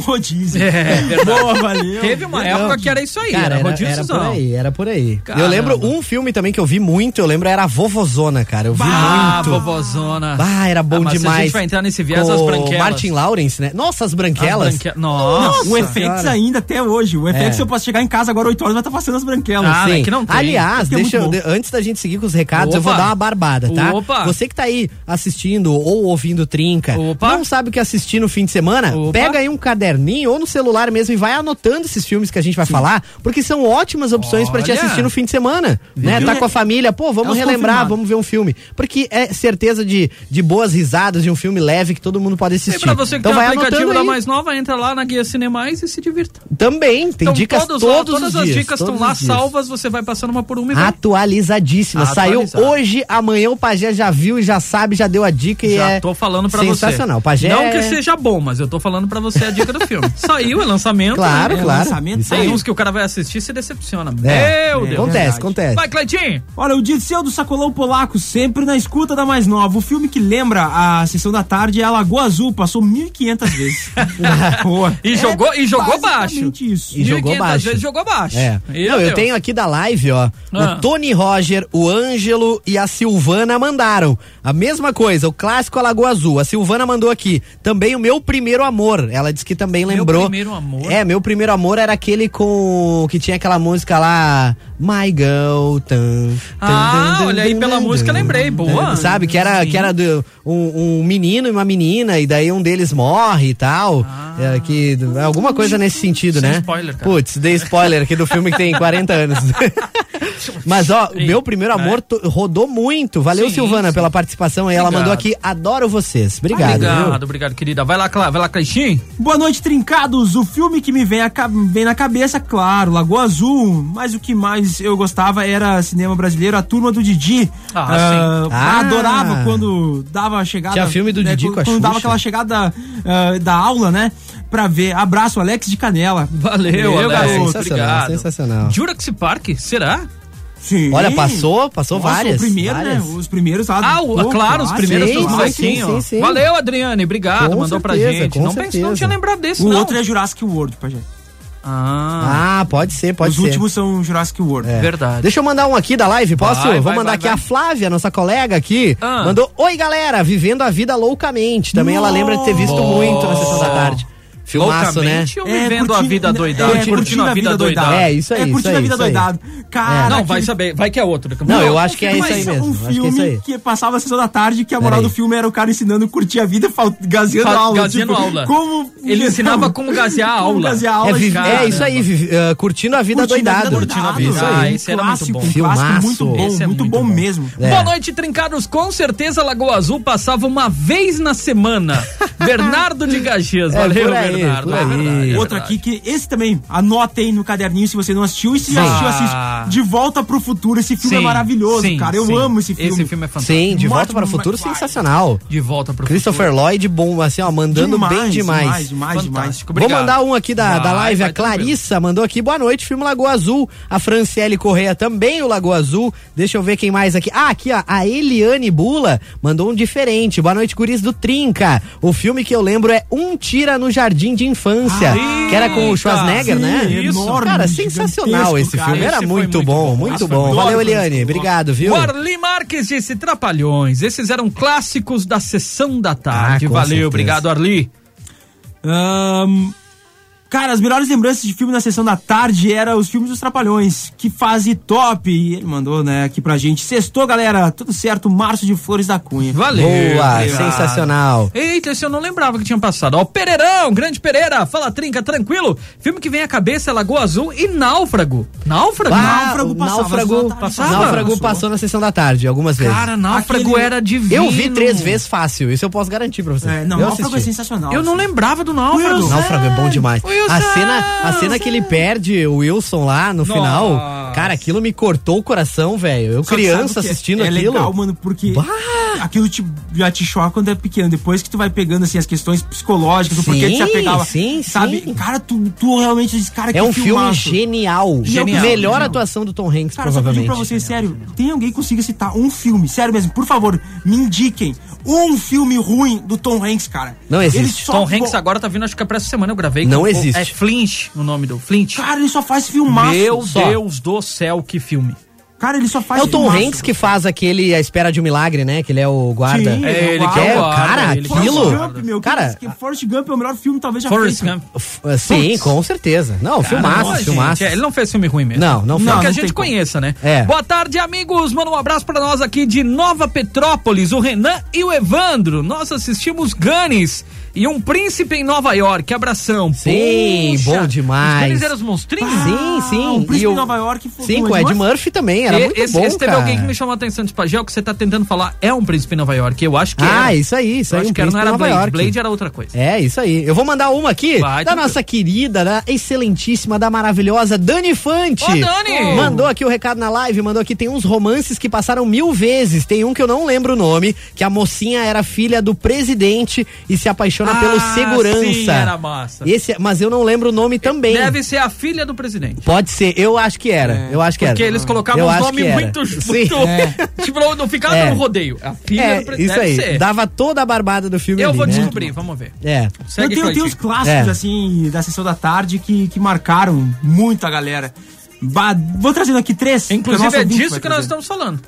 Speaker 5: rodízio.
Speaker 4: É, verdade.
Speaker 5: Boa, valeu.
Speaker 4: Teve uma época que era isso aí,
Speaker 6: Cara,
Speaker 4: era
Speaker 6: era,
Speaker 4: rodízio
Speaker 6: era por
Speaker 4: só.
Speaker 6: aí, era por aí.
Speaker 4: Caramba.
Speaker 6: Eu lembro um filme também que eu vi muito, eu lembro era Vovozona, cara. Eu vi
Speaker 4: Ah,
Speaker 6: muito.
Speaker 4: vovozona.
Speaker 6: Ah, era bom
Speaker 4: Ah, mas se
Speaker 6: demais.
Speaker 4: a gente vai entrar nesse viés,
Speaker 6: Com
Speaker 4: as
Speaker 6: o
Speaker 4: branquelas.
Speaker 6: Martin Lawrence, né? Nossa, as
Speaker 4: As
Speaker 6: branquelas.
Speaker 4: branque... Nossa.
Speaker 5: o FX
Speaker 6: Senhora.
Speaker 5: ainda até hoje. O FX,
Speaker 6: É.
Speaker 5: eu posso chegar em casa agora 8 horas, vai estar passando as branquelas.
Speaker 4: Ah,
Speaker 6: Sim.
Speaker 4: né, que não tem.
Speaker 6: Aliás,
Speaker 5: Porque é
Speaker 6: deixa eu,
Speaker 5: muito
Speaker 6: de- antes da gente seguir com os recados, eu vou
Speaker 4: Opa.
Speaker 6: dar uma barbada, tá?
Speaker 4: Opa.
Speaker 6: Você que tá aí assistindo ou ouvindo Trinca,
Speaker 4: Opa.
Speaker 6: não sabe sabe o que assistir no fim de semana,
Speaker 4: Opa.
Speaker 6: pega aí um caderninho ou no celular mesmo e vai anotando esses filmes que a gente vai falar, porque são ótimas opções pra te
Speaker 4: Olha.
Speaker 6: assistir no fim de semana, né? Tá com a família, pô, vamos
Speaker 5: É os
Speaker 6: relembrar,
Speaker 5: confirmados.
Speaker 6: vamos ver um filme, porque é certeza de, de boas risadas, de um filme leve que todo mundo pode
Speaker 4: E
Speaker 6: assistir.
Speaker 4: é pra você que
Speaker 6: então
Speaker 4: tem o
Speaker 6: vai
Speaker 4: aplicativo
Speaker 6: anotando
Speaker 4: da
Speaker 6: aí.
Speaker 4: Mais Nova, entra lá na Guia Cinemais e se divirta.
Speaker 6: Também, tem
Speaker 4: Então,
Speaker 6: dicas
Speaker 4: todos
Speaker 6: todos,
Speaker 4: lá,
Speaker 6: os
Speaker 4: todas
Speaker 6: dias.
Speaker 4: as dicas estão
Speaker 6: todos
Speaker 4: lá
Speaker 6: os dias.
Speaker 4: salvas, você vai passando uma por uma e vai.
Speaker 6: Atualizadíssima. Saiu
Speaker 4: Atualizada.
Speaker 6: hoje, amanhã o Pajé já viu, e já sabe, já deu a dica e
Speaker 4: Já
Speaker 6: é
Speaker 4: tô falando pra você.
Speaker 6: sensacional. O Pajé
Speaker 4: Não
Speaker 6: é-
Speaker 4: que seja bom, mas eu tô falando pra você a dica do filme. Saiu, é lançamento.
Speaker 6: Claro,
Speaker 4: né?
Speaker 5: É,
Speaker 6: claro.
Speaker 5: lançamento
Speaker 6: Isso
Speaker 4: Tem
Speaker 6: aí.
Speaker 4: uns que o cara vai assistir e se decepciona.
Speaker 6: É,
Speaker 4: Meu Deus.
Speaker 6: acontece,
Speaker 5: verdade.
Speaker 6: acontece.
Speaker 4: Vai, Cleitinho.
Speaker 5: Olha, o Dirceu do Sacolão Polaco, sempre na escuta da mais nova. O filme que lembra a sessão da tarde é a Lagoa Azul, passou 1.500 vezes. Boa. É
Speaker 4: E jogou, e jogou baixo.
Speaker 5: basicamente isso.
Speaker 6: E jogou
Speaker 4: 1.500
Speaker 6: baixo.
Speaker 4: vezes jogou baixo.
Speaker 6: É.
Speaker 4: Meu
Speaker 6: Não, eu
Speaker 4: Deus.
Speaker 6: tenho aqui da live, ó.
Speaker 4: Ah.
Speaker 6: O Tony Roger, o Ângelo e a Silvana mandaram. A mesma coisa, o clássico Alagoa Azul. A Silvana mandou aqui. Também o meu primeiro amor. Ela disse que também lembrou.
Speaker 4: Primeiro Amor?
Speaker 6: É, meu primeiro amor era aquele com. que tinha aquela música lá. My Girl. Tan, tan,
Speaker 4: Ah,
Speaker 6: tan, tan,
Speaker 4: olha aí,
Speaker 6: tan,
Speaker 4: pela
Speaker 6: tan,
Speaker 4: música
Speaker 6: tan,
Speaker 4: lembrei,
Speaker 6: tan,
Speaker 4: boa.
Speaker 6: Sabe, que era,
Speaker 4: Sim.
Speaker 6: que era do, um, um menino e uma menina, e daí um deles morre e tal. É, que, alguma coisa nesse sentido,
Speaker 4: Sem
Speaker 6: né?
Speaker 4: spoiler, cara.
Speaker 6: Pô, Putz, dei spoiler aqui do filme que tem 40 anos. Mas, ó, o meu primeiro amor to- rodou muito. Valeu,
Speaker 4: Sim,
Speaker 6: Silvana,
Speaker 4: sim.
Speaker 6: pela participação aí. Ela
Speaker 4: Obrigado.
Speaker 6: mandou aqui, adoro vocês. Obrigado. viu?
Speaker 4: Obrigado, obrigado, querida. Vai lá, Cla- vai lá, Cleitinho.
Speaker 5: Boa noite, trincados. O filme que me vem, a ca- vem na cabeça, claro, Lagoa Azul. Mas o que mais eu gostava era cinema brasileiro, a turma do Didi.
Speaker 4: Ah,
Speaker 5: Ah,
Speaker 4: sim.
Speaker 6: Ah.
Speaker 5: Adorava quando dava a chegada. né,
Speaker 6: Tinha filme do Didi
Speaker 5: quando,
Speaker 6: com a
Speaker 5: Quando dava
Speaker 6: Xuxa.
Speaker 5: aquela chegada ah, da aula, né? Pra ver. Abraço, Alex de Canela.
Speaker 4: Valeu,
Speaker 5: Valeu,
Speaker 4: Alex.
Speaker 5: garoto.
Speaker 6: Sensacional,
Speaker 4: Obrigado.
Speaker 6: sensacional.
Speaker 4: Jurassic Park, será?
Speaker 5: Sim.
Speaker 6: Olha, passou, passou
Speaker 5: Nossa,
Speaker 6: várias.
Speaker 5: O primeiro,
Speaker 6: várias.
Speaker 5: né? Os primeiros lá.
Speaker 4: Ah, o-
Speaker 5: Pô,
Speaker 4: claro, os
Speaker 5: clássico,
Speaker 4: primeiros
Speaker 6: sim,
Speaker 4: dos
Speaker 5: clássico.
Speaker 4: molequinhos.
Speaker 6: sim, sim.
Speaker 4: Valeu, Adriane, obrigado.
Speaker 6: Com
Speaker 4: mandou pra
Speaker 6: certeza,
Speaker 4: gente.
Speaker 6: com
Speaker 4: Não, pense, não
Speaker 6: certeza.
Speaker 4: tinha lembrado desse,
Speaker 5: O
Speaker 4: não.
Speaker 5: outro é Jurassic World, Pajé.
Speaker 4: Ah,
Speaker 6: Ah, pode ser, pode
Speaker 5: Os
Speaker 6: ser.
Speaker 5: últimos são Jurassic World.
Speaker 6: É.
Speaker 4: verdade.
Speaker 6: Deixa eu mandar um aqui da live, posso?
Speaker 4: Vai,
Speaker 6: Vou
Speaker 4: vai,
Speaker 6: mandar
Speaker 4: vai,
Speaker 6: aqui
Speaker 4: vai.
Speaker 6: a Flávia, nossa colega aqui.
Speaker 4: Ah.
Speaker 6: Mandou: Oi, galera, vivendo a vida loucamente. Também ela lembra de ter visto muito na sessão da tarde. Filmaço, né?
Speaker 4: Loucamente ou vivendo a vida doidada?
Speaker 5: É, curtindo, a vida doidada.
Speaker 6: É, isso aí,
Speaker 5: É,
Speaker 6: isso
Speaker 5: curtindo
Speaker 6: aí,
Speaker 5: a vida
Speaker 6: isso aí.
Speaker 5: doidada. Cara,
Speaker 4: Não,
Speaker 5: aquele-
Speaker 4: vai saber. Vai que é outro.
Speaker 6: Não, eu acho que é
Speaker 5: Mas
Speaker 6: isso aí mesmo.
Speaker 5: um
Speaker 6: acho que é
Speaker 5: filme
Speaker 6: isso aí.
Speaker 5: que, passava a sessão da tarde que a moral
Speaker 6: Peraí.
Speaker 5: do filme era o cara ensinando a curtir a vida fal- gaseando
Speaker 4: Fa-
Speaker 5: a aula.
Speaker 4: gaseando
Speaker 5: tipo,
Speaker 4: aula.
Speaker 5: Como...
Speaker 4: Ele ensinava como gasear a
Speaker 5: Como
Speaker 4: aula.
Speaker 5: gasear a
Speaker 6: É,
Speaker 5: aula,
Speaker 6: vi-
Speaker 5: cara.
Speaker 6: é isso aí, vi- eh, curtindo a vida
Speaker 5: Curtindo a vida
Speaker 6: doidada.
Speaker 5: doidada.
Speaker 4: a vida.
Speaker 6: Isso
Speaker 4: Ah,
Speaker 6: aí.
Speaker 4: esse era muito bom.
Speaker 5: Clássico, um Clássico, muito
Speaker 6: Filmaço.
Speaker 5: bom,
Speaker 4: Esse é
Speaker 5: muito
Speaker 4: muito
Speaker 5: bom
Speaker 4: bom.
Speaker 5: mesmo.
Speaker 6: É.
Speaker 4: Boa noite, trincados. Com certeza, Lagoa Azul passava uma vez na semana. Bernardo de Caxias.
Speaker 6: É,
Speaker 4: Valeu,
Speaker 6: por aí,
Speaker 4: Bernardo.
Speaker 6: por
Speaker 4: É
Speaker 6: aí.
Speaker 4: verdade, é
Speaker 5: Outro
Speaker 4: verdade.
Speaker 5: aqui que esse também, anota aí no caderninho se você não assistiu. E se já
Speaker 6: Sim.
Speaker 5: assistiu,
Speaker 4: Ah.
Speaker 5: assiste. De Volta pro Futuro, esse filme é
Speaker 4: Sim,
Speaker 5: maravilhoso,
Speaker 4: sim,
Speaker 5: cara. Eu
Speaker 4: sim.
Speaker 5: amo esse filme.
Speaker 4: Esse filme é fantástico.
Speaker 6: Sim, de volta
Speaker 5: Martin
Speaker 6: para o futuro,
Speaker 5: McFly.
Speaker 6: sensacional.
Speaker 4: De volta pro
Speaker 6: Christopher Lloyd, bom, assim, ó,
Speaker 4: é
Speaker 6: mandando bem demais.
Speaker 5: demais, demais, demais.
Speaker 4: Fantástico.
Speaker 6: Vou
Speaker 4: Obrigado.
Speaker 6: mandar um aqui da, da
Speaker 4: Vai,
Speaker 6: live,
Speaker 4: vai,
Speaker 6: a Clarissa mandou aqui, boa noite, filme Lagoa Azul. A Franciele Correia também, o Lagoa Azul. Deixa eu ver quem mais aqui. Ah, aqui, ó, a Eliane Bula mandou um diferente. Boa noite, guris do Trinca. O filme que eu lembro é Um Tira no Jardim de Infância,
Speaker 4: Ah,
Speaker 6: que era com
Speaker 4: eita,
Speaker 6: o Schwarzenegger,
Speaker 5: sim,
Speaker 6: né?
Speaker 5: isso.
Speaker 6: cara,
Speaker 5: enorme,
Speaker 6: sensacional
Speaker 5: gigantesco,
Speaker 6: esse
Speaker 5: cara.
Speaker 6: filme.
Speaker 4: Esse
Speaker 6: Era
Speaker 4: foi
Speaker 6: muito,
Speaker 4: muito
Speaker 6: bom,
Speaker 4: bom.
Speaker 6: muito
Speaker 4: Esse
Speaker 6: bom.
Speaker 5: foi
Speaker 6: Valeu,
Speaker 5: muito bom.
Speaker 6: Eliane. Obrigado, viu?
Speaker 4: O Arli Marques disse Trapalhões. Esses eram clássicos da sessão da tarde.
Speaker 6: Ah, com
Speaker 4: Valeu,
Speaker 6: certeza.
Speaker 4: obrigado, Arli.
Speaker 5: Ahn, cara, as melhores lembranças de filme na sessão da tarde era os filmes dos Trapalhões. Que fase top! E ele mandou, né, aqui pra gente. Sextou, galera. Tudo certo, Março de Flores da Cunha.
Speaker 4: Valeu.
Speaker 6: Boa,
Speaker 4: obrigado.
Speaker 6: sensacional.
Speaker 4: Eita, esse eu não lembrava que tinha passado. Ó, Pereirão, grande Pereira, fala trinca, tranquilo. Filme que vem à cabeça é Lagoa Azul e Náufrago. Náufrago?
Speaker 6: Ah,
Speaker 5: Náufrago
Speaker 6: o
Speaker 5: passava,
Speaker 6: náufrago,
Speaker 5: sessão da tarde,
Speaker 4: passava?
Speaker 6: Náufrago
Speaker 5: Passou.
Speaker 6: passou na sessão da tarde algumas vezes.
Speaker 4: Cara, Náufrago
Speaker 5: Aquele-
Speaker 4: era divino.
Speaker 6: Eu vi três vezes fácil, isso eu posso garantir pra vocês.
Speaker 5: É, não,
Speaker 6: eu
Speaker 5: Náufrago é
Speaker 6: assisti.
Speaker 5: sensacional.
Speaker 4: Eu não lembrava do Náufrago.
Speaker 6: O Náufrago é bom demais.
Speaker 4: Wilson!
Speaker 6: A cena, a cena que ele perde o Wilson lá no final, cara, aquilo me cortou o coração, velho. Eu
Speaker 5: Só que sabe
Speaker 6: criança
Speaker 5: o que é-
Speaker 6: assistindo
Speaker 5: é
Speaker 6: aquilo.
Speaker 5: legal, mano, porque
Speaker 6: Bah!
Speaker 5: aquilo te, já te choca quando é pequeno. Depois que tu vai pegando, assim, as questões psicológicas, o porquê que te
Speaker 6: Sim,
Speaker 5: apegava.
Speaker 6: sim,
Speaker 5: sabe?
Speaker 6: sim.
Speaker 5: Cara, tu, tu realmente diz, cara,
Speaker 6: é
Speaker 5: que
Speaker 6: um filme
Speaker 5: filmaço.
Speaker 6: genial.
Speaker 5: E é o que eu
Speaker 6: Melhor
Speaker 5: digo.
Speaker 6: atuação do Tom Hanks,
Speaker 5: Cara, eu só pedi
Speaker 6: provavelmente.
Speaker 5: pra
Speaker 6: né?
Speaker 5: vocês, sério, tem alguém que consiga citar um filme, sério mesmo, por favor, me indiquem um filme ruim do Tom Hanks, cara.
Speaker 6: Não existe.
Speaker 5: Ele só-
Speaker 4: Tom Hanks agora tá vindo, acho que é pra essa semana eu gravei.
Speaker 6: Não
Speaker 4: O-
Speaker 6: existe.
Speaker 4: É Flint, o nome do Flint.
Speaker 5: Cara, ele só faz filmaço.
Speaker 4: Meu
Speaker 5: só.
Speaker 4: Deus do céu, que filme.
Speaker 5: Cara, ele só faz
Speaker 6: É o Tom
Speaker 5: filmaço.
Speaker 6: Hanks que faz aquele A Espera de um Milagre, né? Que ele é o guarda.
Speaker 5: Sim,
Speaker 4: É ele
Speaker 5: Uau,
Speaker 4: que é o
Speaker 6: cara,
Speaker 4: guarda, ele que é o
Speaker 6: aquilo-
Speaker 4: guarda.
Speaker 5: Forrest Gump, meu.
Speaker 6: Cara,
Speaker 5: Cara, que Forrest Gump é o melhor filme talvez já
Speaker 4: Forrest
Speaker 5: feito.
Speaker 4: Gump.
Speaker 6: F- Sim,
Speaker 4: Putz.
Speaker 6: com certeza. Não, filmaço,
Speaker 4: Não, gente,
Speaker 6: filmaço.
Speaker 4: é, ele não fez filme ruim mesmo.
Speaker 6: Não, não fez.
Speaker 4: que a
Speaker 5: Não
Speaker 4: gente
Speaker 5: tem como.
Speaker 4: conheça, né?
Speaker 6: É.
Speaker 4: Boa tarde, amigos. Manda um abraço pra nós aqui de Nova Petrópolis, o Renan e o Evandro. Nós assistimos Gunis e um príncipe em Nova York. Abração.
Speaker 6: Sim, bom demais.
Speaker 4: Os Gunis eram os monstrinhos?
Speaker 6: Sim, sim.
Speaker 5: Ah, o Príncipe
Speaker 6: E
Speaker 5: de Nova York foi
Speaker 6: Sim,
Speaker 5: com
Speaker 6: com o
Speaker 5: Ed
Speaker 6: Ed
Speaker 5: Murphy.
Speaker 6: Murphy também. Era
Speaker 4: E-
Speaker 6: muito
Speaker 4: esse,
Speaker 6: bom,
Speaker 4: esse teve
Speaker 6: cara.
Speaker 4: alguém que me chamou a atenção de Pagel, que você tá tentando falar é um príncipe em Nova York. Eu acho que
Speaker 6: Ah,
Speaker 4: era.
Speaker 6: isso aí, isso
Speaker 4: Eu
Speaker 6: aí.
Speaker 4: acho
Speaker 6: Um
Speaker 4: que era, não
Speaker 6: príncipe
Speaker 4: era
Speaker 6: Nova
Speaker 4: Blade.
Speaker 6: York.
Speaker 4: Blade era outra coisa.
Speaker 6: É, isso aí. Eu vou mandar uma aqui
Speaker 4: Vai,
Speaker 6: da
Speaker 4: tranquilo.
Speaker 6: nossa querida, da excelentíssima, da maravilhosa Dani Fante.
Speaker 4: Ô, Dani!
Speaker 6: Mandou aqui o recado na live, mandou aqui, tem uns romances que passaram mil vezes. Tem um que eu não lembro o nome, que a mocinha era filha do presidente e se apaixona pelo
Speaker 4: Ah,
Speaker 6: segurança.
Speaker 4: sim, era massa.
Speaker 6: Esse, é- mas eu não lembro o nome também.
Speaker 4: Deve ser a filha do presidente.
Speaker 6: Pode ser, eu acho que era. Eu acho que
Speaker 4: Porque
Speaker 6: era.
Speaker 4: eles colocavam
Speaker 6: Eu
Speaker 4: os
Speaker 6: acho que
Speaker 4: nomes
Speaker 6: era.
Speaker 4: muito.
Speaker 6: Sim.
Speaker 4: muito
Speaker 6: É.
Speaker 4: tipo, não ficava
Speaker 6: É.
Speaker 4: no rodeio. A filha do
Speaker 6: É,
Speaker 4: presidente.
Speaker 6: isso
Speaker 4: Deve
Speaker 6: aí.
Speaker 4: ser.
Speaker 6: Dava toda a barbada do filme
Speaker 4: Eu
Speaker 6: ali,
Speaker 4: vou
Speaker 6: né?
Speaker 4: descobrir, vamos ver.
Speaker 6: É.
Speaker 5: Eu
Speaker 4: Segue
Speaker 5: tenho, tenho
Speaker 4: Claudinho.
Speaker 5: os clássicos,
Speaker 6: É.
Speaker 5: assim, da sessão da tarde que, que marcaram muito a galera. Ba- vou trazendo aqui três. que a
Speaker 4: Inclusive,
Speaker 5: nossa
Speaker 4: é
Speaker 5: ouvinte
Speaker 4: disso
Speaker 5: vai
Speaker 4: que nós
Speaker 5: trazer.
Speaker 4: estamos falando.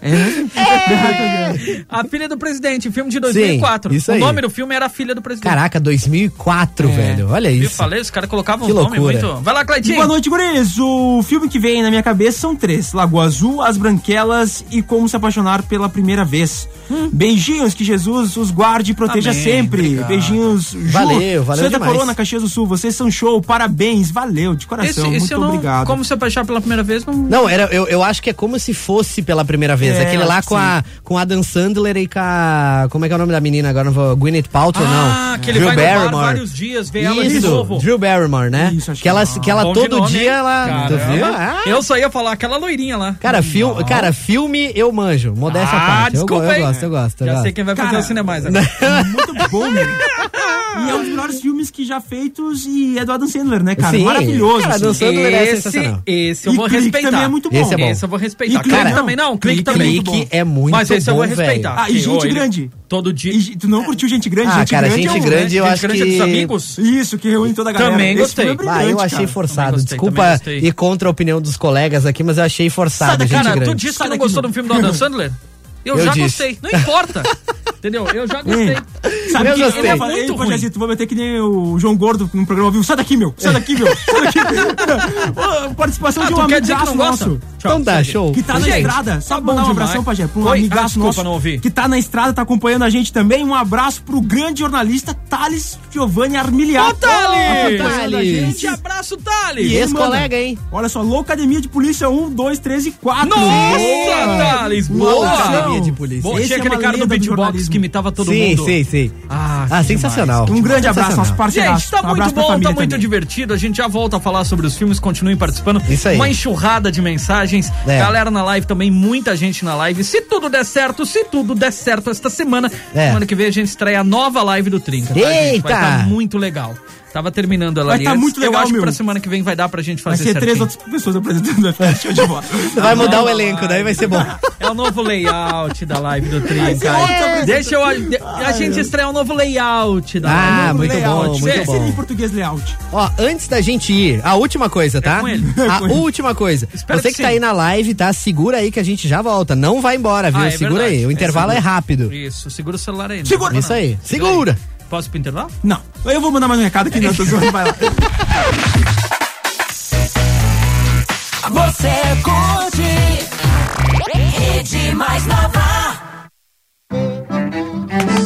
Speaker 4: É. A Filha do Presidente, filme de 2004.
Speaker 6: É. isso
Speaker 4: O
Speaker 6: aí.
Speaker 4: nome do filme era A Filha do Presidente.
Speaker 6: Caraca, 2004, velho. Olha
Speaker 4: É. Eu
Speaker 6: isso.
Speaker 4: falei, os caras colocavam
Speaker 6: Que
Speaker 4: um nome
Speaker 6: loucura.
Speaker 4: muito. Vai lá, Cleitinho.
Speaker 5: Boa noite, guris. O filme que vem na minha cabeça são três: Lagoa Azul, As Branquelas e Como Se Apaixonar pela Primeira Vez. Beijinhos, que Jesus os guarde e proteja
Speaker 4: Hum. Amém,
Speaker 5: sempre.
Speaker 4: obrigado.
Speaker 5: Beijinhos, Ju.
Speaker 6: Valeu, valeu
Speaker 5: Santa
Speaker 6: demais.
Speaker 5: Corona, Caxias do Sul, vocês são show, parabéns, valeu, de coração, muito
Speaker 4: eu não,
Speaker 5: obrigado.
Speaker 4: Como se apaixonar pela primeira vez, não.
Speaker 6: Não, era, eu, eu acho que é como se fosse pela primeira vez.
Speaker 5: É,
Speaker 6: Aquele
Speaker 5: eu
Speaker 6: lá
Speaker 5: acho
Speaker 6: com
Speaker 5: que
Speaker 6: a, com a Dan Sandler e com a. Como é que é o nome da menina agora? Não vou, Gwyneth Paltrow,
Speaker 4: Ah,
Speaker 6: não.
Speaker 4: que ele vai no bar vários dias, vê ela de
Speaker 6: Isso,
Speaker 4: novo.
Speaker 6: Drew Barrymore, né?
Speaker 5: Isso, acho
Speaker 6: que ela,
Speaker 5: que é.
Speaker 6: que ela
Speaker 4: Bom de
Speaker 6: todo
Speaker 4: nome,
Speaker 6: dia
Speaker 4: hein?
Speaker 6: ela. Tu
Speaker 4: Caramba.
Speaker 6: viu? Ah,
Speaker 4: Eu só ia falar aquela loirinha lá.
Speaker 6: Cara, fil, cara, filme eu manjo. Modéstia à parte. Eu, go- eu
Speaker 4: Ah, hein?
Speaker 6: gosto, eu gosto. eu
Speaker 4: Já
Speaker 6: gosto.
Speaker 4: sei quem vai fazer
Speaker 5: Cara,
Speaker 4: o cinemais agora.
Speaker 5: Muito bom, meu. E é um dos melhores filmes que já feitos e é do Adam Sandler, né, cara?
Speaker 6: Sim.
Speaker 5: Maravilhoso.
Speaker 6: Cara,
Speaker 5: assim.
Speaker 6: Adam Sandler é
Speaker 4: Esse,
Speaker 6: sensacional.
Speaker 4: esse eu
Speaker 5: E
Speaker 4: vou
Speaker 5: clique
Speaker 4: respeitar.
Speaker 5: também é muito bom.
Speaker 6: Esse é bom.
Speaker 4: Esse eu vou respeitar.
Speaker 5: E clique
Speaker 4: Cara,
Speaker 5: não.
Speaker 4: também não. Clique
Speaker 5: Clique
Speaker 4: também.
Speaker 5: clique
Speaker 4: muito bom.
Speaker 6: é muito
Speaker 4: Mas esse eu vou
Speaker 6: bom, velho.
Speaker 4: respeitar.
Speaker 5: Ah, e
Speaker 4: Porque,
Speaker 5: gente
Speaker 4: ó, ele-
Speaker 5: grande.
Speaker 4: Todo dia.
Speaker 5: E, tu não curtiu Gente Grande?
Speaker 6: Ah,
Speaker 5: gente
Speaker 6: cara,
Speaker 5: grande
Speaker 6: Gente
Speaker 5: é um-
Speaker 6: Grande eu
Speaker 4: Gente
Speaker 6: acho
Speaker 4: grande
Speaker 6: que.
Speaker 4: é dos amigos?
Speaker 5: Isso, que reúne toda a galera.
Speaker 4: Também
Speaker 5: Esse
Speaker 4: gostei.
Speaker 5: filme é
Speaker 6: Ah, eu
Speaker 5: brilhante,
Speaker 6: achei
Speaker 5: cara.
Speaker 6: forçado.
Speaker 4: gostei, também
Speaker 6: Desculpa
Speaker 4: gostei.
Speaker 6: ir contra a opinião dos colegas aqui, mas eu achei forçado,
Speaker 4: Sabe,
Speaker 6: gente
Speaker 4: cara, tu
Speaker 6: grande.
Speaker 4: disse que
Speaker 5: Sai
Speaker 4: não
Speaker 5: daqui,
Speaker 4: gostou do
Speaker 5: meu.
Speaker 4: filme do Adam Sandler? Eu,
Speaker 6: Eu
Speaker 4: já
Speaker 6: disse.
Speaker 4: gostei. Não importa. Entendeu? Eu já gostei. É
Speaker 5: Sabe
Speaker 6: Eu
Speaker 5: que
Speaker 6: gostei.
Speaker 5: eu falei,
Speaker 4: Muito
Speaker 5: muito
Speaker 4: ruim.
Speaker 5: Pajazito, vou meter que nem o João Gordo num programa ao vivo. Sai daqui, meu. Sai daqui, meu. Sai daqui. Ô, Participação de um
Speaker 4: Ah, tu quer dizer que
Speaker 5: amigaço
Speaker 4: não gosta?
Speaker 5: nosso.
Speaker 6: Então dá, show.
Speaker 5: Que tá na
Speaker 4: Gente,
Speaker 5: estrada. Só
Speaker 4: tá
Speaker 5: mandar
Speaker 4: bom
Speaker 5: um abração,
Speaker 4: demais.
Speaker 5: Pajé, pra um
Speaker 4: Oi? Ah,
Speaker 5: amigaço
Speaker 4: desculpa,
Speaker 5: nosso
Speaker 4: não ouvi.
Speaker 5: que tá na estrada, tá acompanhando a gente também. Um abraço pro grande jornalista Thales Giovanni Armiliato.
Speaker 4: Ô, Thales!
Speaker 5: Tá acompanhando a
Speaker 6: Thales!
Speaker 5: gente.
Speaker 4: Te abraço,
Speaker 6: E
Speaker 4: Thales!
Speaker 5: ele
Speaker 6: esse
Speaker 5: manda.
Speaker 6: colega, hein?
Speaker 5: Olha só, Loucademia de Polícia 1, 2, 3 e 4.
Speaker 4: Nossa, Thales!
Speaker 6: Boa!
Speaker 4: Boa!
Speaker 6: Academia de Polícia.
Speaker 4: Boa,
Speaker 5: Esse
Speaker 4: Tinha
Speaker 5: é
Speaker 4: aquele
Speaker 5: uma
Speaker 4: cara do
Speaker 5: lenda do
Speaker 4: beatbox
Speaker 5: jornalismo.
Speaker 4: que imitava todo
Speaker 6: sim,
Speaker 4: mundo.
Speaker 6: sim, sim.
Speaker 4: Ah,
Speaker 6: Ah,
Speaker 4: que
Speaker 6: sensacional.
Speaker 5: Um grande abraço, nosso
Speaker 6: Sensacional.
Speaker 5: parceiro.
Speaker 4: Gente, tá muito bom, tá muito divertido. A gente já volta a falar sobre os filmes, continuem participando.
Speaker 6: Isso aí.
Speaker 4: Uma enxurrada de mensagens.
Speaker 6: É.
Speaker 4: Galera na live também, muita gente na live. Se tudo der certo, se tudo der certo esta semana,
Speaker 6: É.
Speaker 4: semana que vem a gente estreia a nova live do Trinca. tá, gente? Vai
Speaker 6: Eita!
Speaker 4: estar muito legal. Tava terminando ela
Speaker 5: Vai
Speaker 4: ali.
Speaker 5: tá
Speaker 4: antes.
Speaker 5: muito
Speaker 4: Eu
Speaker 5: legal,
Speaker 4: acho que
Speaker 5: meu.
Speaker 4: pra semana que vem vai dar pra gente
Speaker 5: Vai
Speaker 4: fazer
Speaker 5: ser três
Speaker 4: certinho.
Speaker 5: outras pessoas apresentando, vai ficar show de bola.
Speaker 4: Ah,
Speaker 6: Vai mudar o
Speaker 4: Vai.
Speaker 6: elenco, daí vai ser bom.
Speaker 4: É o novo layout da live do Trinca.
Speaker 5: ser outra
Speaker 4: Deixa eu. A gente estreia o novo layout da live.
Speaker 6: Ah,
Speaker 4: Novo
Speaker 6: muito
Speaker 4: layout.
Speaker 6: bom,
Speaker 4: Cê-
Speaker 6: muito
Speaker 5: Seria é em
Speaker 6: bom.
Speaker 5: português layout.
Speaker 6: Ó, antes da gente ir, a última coisa, tá?
Speaker 4: É com ele.
Speaker 6: A última coisa.
Speaker 4: Espero
Speaker 6: Você
Speaker 4: que
Speaker 6: que, tá
Speaker 4: sim.
Speaker 6: aí na live, tá? Segura aí que a gente já volta. Não vai embora, viu?
Speaker 4: Ah, é
Speaker 6: segura
Speaker 4: verdade.
Speaker 6: aí. O
Speaker 4: É
Speaker 6: intervalo é,
Speaker 4: seguro.
Speaker 6: rápido.
Speaker 4: Isso, segura o celular aí. né?
Speaker 5: Segura.
Speaker 6: Isso aí. Segura.
Speaker 4: Posso ir pro intervalo?
Speaker 5: Não, eu vou mandar mais um recado aqui na zona, vai lá.
Speaker 7: Você curte Rede Mais Nova.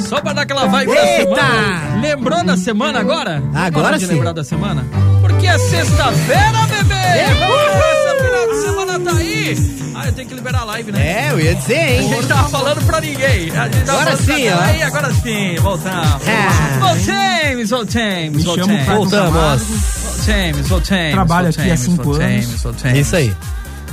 Speaker 4: Só pra dar aquela vibe da
Speaker 6: Eita!
Speaker 4: semana. Lembrou da semana agora? Vamos parar de
Speaker 6: sim.
Speaker 4: lembrar da semana? Porque é sexta-feira, bebê! Vamos nessa, final de semana tá aí! Ah, eu tenho que liberar a live, né?
Speaker 6: É, eu ia dizer,
Speaker 4: A
Speaker 6: hein?
Speaker 4: gente tava falando pra ninguém. A gente tava
Speaker 6: Agora
Speaker 4: falando pra
Speaker 6: sim,
Speaker 4: galera
Speaker 6: ó.
Speaker 4: aí, agora sim, voltamos.
Speaker 6: É.
Speaker 4: Voltamos, voltamos,
Speaker 5: Me
Speaker 4: voltamos.
Speaker 5: chamo Fábio
Speaker 6: Voltamos.
Speaker 4: Voltamos, voltamos.
Speaker 5: Trabalho aqui há cinco
Speaker 4: voltamos, Voltamos,
Speaker 6: É Isso aí.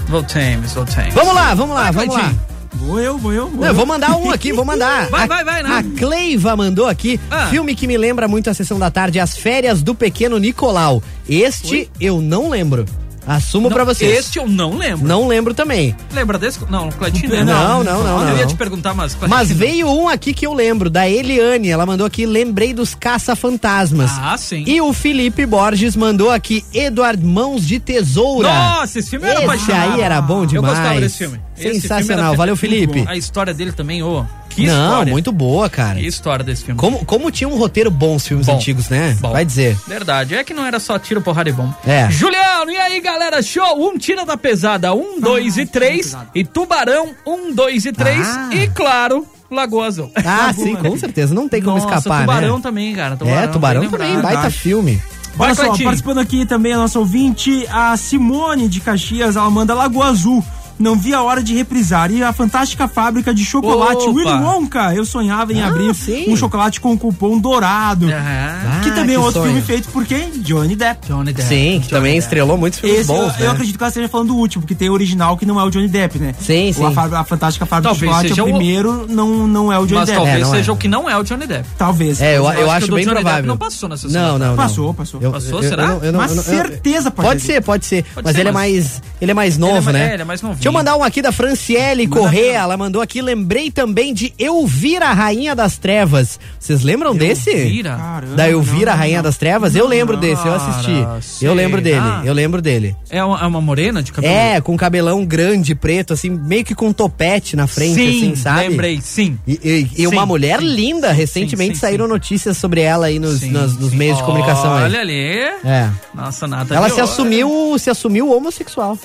Speaker 4: Voltamos, voltamos.
Speaker 6: Vamos lá, vamos lá,
Speaker 4: Vai,
Speaker 6: vamos lá.
Speaker 4: Claudinho.
Speaker 5: Vou eu, vou eu, vou
Speaker 6: Não,
Speaker 5: eu.
Speaker 6: eu vou mandar um aqui, vou mandar.
Speaker 4: Vai,
Speaker 6: A-
Speaker 4: vai, vai, né?
Speaker 6: A Cleiva mandou aqui,
Speaker 4: Ah.
Speaker 6: filme que me lembra muito a sessão da tarde, As Férias do Pequeno Nicolau. Este eu não lembro. Assumo
Speaker 4: Não,
Speaker 6: pra vocês.
Speaker 4: Este eu não lembro.
Speaker 6: Não lembro também.
Speaker 4: Lembra desse? Não, Clatinha.
Speaker 6: Não, não, não,
Speaker 4: Eu
Speaker 6: não.
Speaker 4: ia te perguntar, mas Clatinha
Speaker 6: Mas
Speaker 4: não.
Speaker 6: veio um aqui que eu lembro, da Eliane. Ela mandou aqui, lembrei dos caça-fantasmas.
Speaker 4: Ah, sim.
Speaker 6: E o Felipe Borges mandou aqui, Eduard Mãos de Tesoura.
Speaker 4: Nossa, esse filme era
Speaker 6: Esse
Speaker 4: apaixonado.
Speaker 6: aí era bom demais.
Speaker 4: Eu gostava desse filme. Esse filme
Speaker 6: Sensacional.
Speaker 4: era
Speaker 6: Valeu,
Speaker 4: muito
Speaker 6: Felipe.
Speaker 4: bom. A história dele também, ô. que
Speaker 6: Não,
Speaker 4: história.
Speaker 6: muito boa, cara.
Speaker 4: Que história desse filme.
Speaker 6: Como, como tinha um roteiro bom os filmes
Speaker 4: Bom.
Speaker 6: antigos, né?
Speaker 4: Bom.
Speaker 6: Vai dizer.
Speaker 4: Verdade, é que não era só tiro, porrada e bomba.
Speaker 6: É.
Speaker 4: Juliano, e aí galera, show? Um tira da pesada, um, dois e três. E Tubarão, um, dois e três.
Speaker 6: Ah.
Speaker 4: E claro, Lagoa Azul.
Speaker 6: Ah, sim, com certeza. Não tem como
Speaker 4: Nossa,
Speaker 6: escapar,
Speaker 4: Tubarão
Speaker 6: né?
Speaker 4: também, cara.
Speaker 6: é, Tubarão
Speaker 4: bem
Speaker 6: também,
Speaker 4: lembrado.
Speaker 5: Ah,
Speaker 6: baita filme.
Speaker 4: Vai,
Speaker 5: Olha só,
Speaker 4: Clatinho.
Speaker 5: participando aqui também a nossa ouvinte, a Simone de Caxias, ela manda Lagoa Azul. Não vi a hora de reprisar. E a fantástica fábrica de chocolate
Speaker 4: Opa!
Speaker 5: Willy Wonka. Eu sonhava em abrir
Speaker 6: Ah, sim.
Speaker 5: um chocolate com cupom dourado.
Speaker 4: Aham.
Speaker 5: Que
Speaker 6: Ah,
Speaker 5: também é
Speaker 6: que
Speaker 5: outro
Speaker 6: sonho.
Speaker 5: filme feito por quem? Johnny Depp.
Speaker 4: Johnny Depp.
Speaker 6: Sim, que também estrelou muitos filmes
Speaker 5: Esse
Speaker 6: bons,
Speaker 5: eu, eu
Speaker 6: né?
Speaker 5: acredito que ela esteja falando do último, porque tem o original que não é o Johnny Depp, né?
Speaker 6: Sim,
Speaker 5: Ou A,
Speaker 6: sim.
Speaker 5: Fábrica- a Fantástica Fábrica de
Speaker 4: Talvez
Speaker 5: Chocolate, é
Speaker 4: seja
Speaker 5: o
Speaker 4: o-
Speaker 5: primeiro, não, não é o Johnny
Speaker 4: Mas
Speaker 5: Depp.
Speaker 4: talvez
Speaker 6: É, não
Speaker 4: seja
Speaker 6: é.
Speaker 4: o que não é o Johnny Depp.
Speaker 5: Talvez.
Speaker 6: É, eu,
Speaker 4: acho
Speaker 6: eu
Speaker 4: que
Speaker 6: acho
Speaker 4: o do
Speaker 6: bem
Speaker 4: Johnny Depp
Speaker 6: provável.
Speaker 4: não passou nessa
Speaker 6: Não,
Speaker 4: semana.
Speaker 6: não, não.
Speaker 5: Passou, passou.
Speaker 4: Passou, será?
Speaker 5: Mas certeza pode
Speaker 6: pode
Speaker 5: ser.
Speaker 6: ser, pode ser.
Speaker 4: Pode
Speaker 6: mas
Speaker 4: ser,
Speaker 6: ele
Speaker 4: mas-
Speaker 6: é mais ele é mais novo,
Speaker 4: é mais-
Speaker 6: né?
Speaker 4: é, ele é mais novinho.
Speaker 6: Deixa eu mandar um aqui da Franciele Correa, ela mandou aqui, lembrei também de Elvira, a Rainha das Trevas. Vocês lembram desse?
Speaker 4: Elvira?
Speaker 5: Caramba,
Speaker 6: Da Elvira,
Speaker 5: não,
Speaker 6: a Rainha das Trevas? Eu lembro desse, eu
Speaker 4: Cara, Ah.
Speaker 6: assisti. Eu lembro dele,
Speaker 4: será?
Speaker 6: eu lembro dele.
Speaker 4: É uma, é uma morena de cabelo?
Speaker 6: É, com cabelão grande, preto, assim, meio que com topete na frente,
Speaker 4: sim,
Speaker 6: assim, sabe?
Speaker 4: lembrei, sim.
Speaker 6: E, e- e uma
Speaker 4: Sim,
Speaker 6: mulher
Speaker 4: sim,
Speaker 6: linda,
Speaker 4: sim,
Speaker 6: recentemente
Speaker 4: sim, sim,
Speaker 6: saíram
Speaker 4: sim.
Speaker 6: notícias sobre ela aí nos,
Speaker 4: Sim,
Speaker 6: nas- nos
Speaker 4: sim.
Speaker 6: meios de comunicação aí.
Speaker 4: Olha ali.
Speaker 6: É.
Speaker 4: Nossa, nada.
Speaker 6: Ela se assumiu, se assumiu homossexual.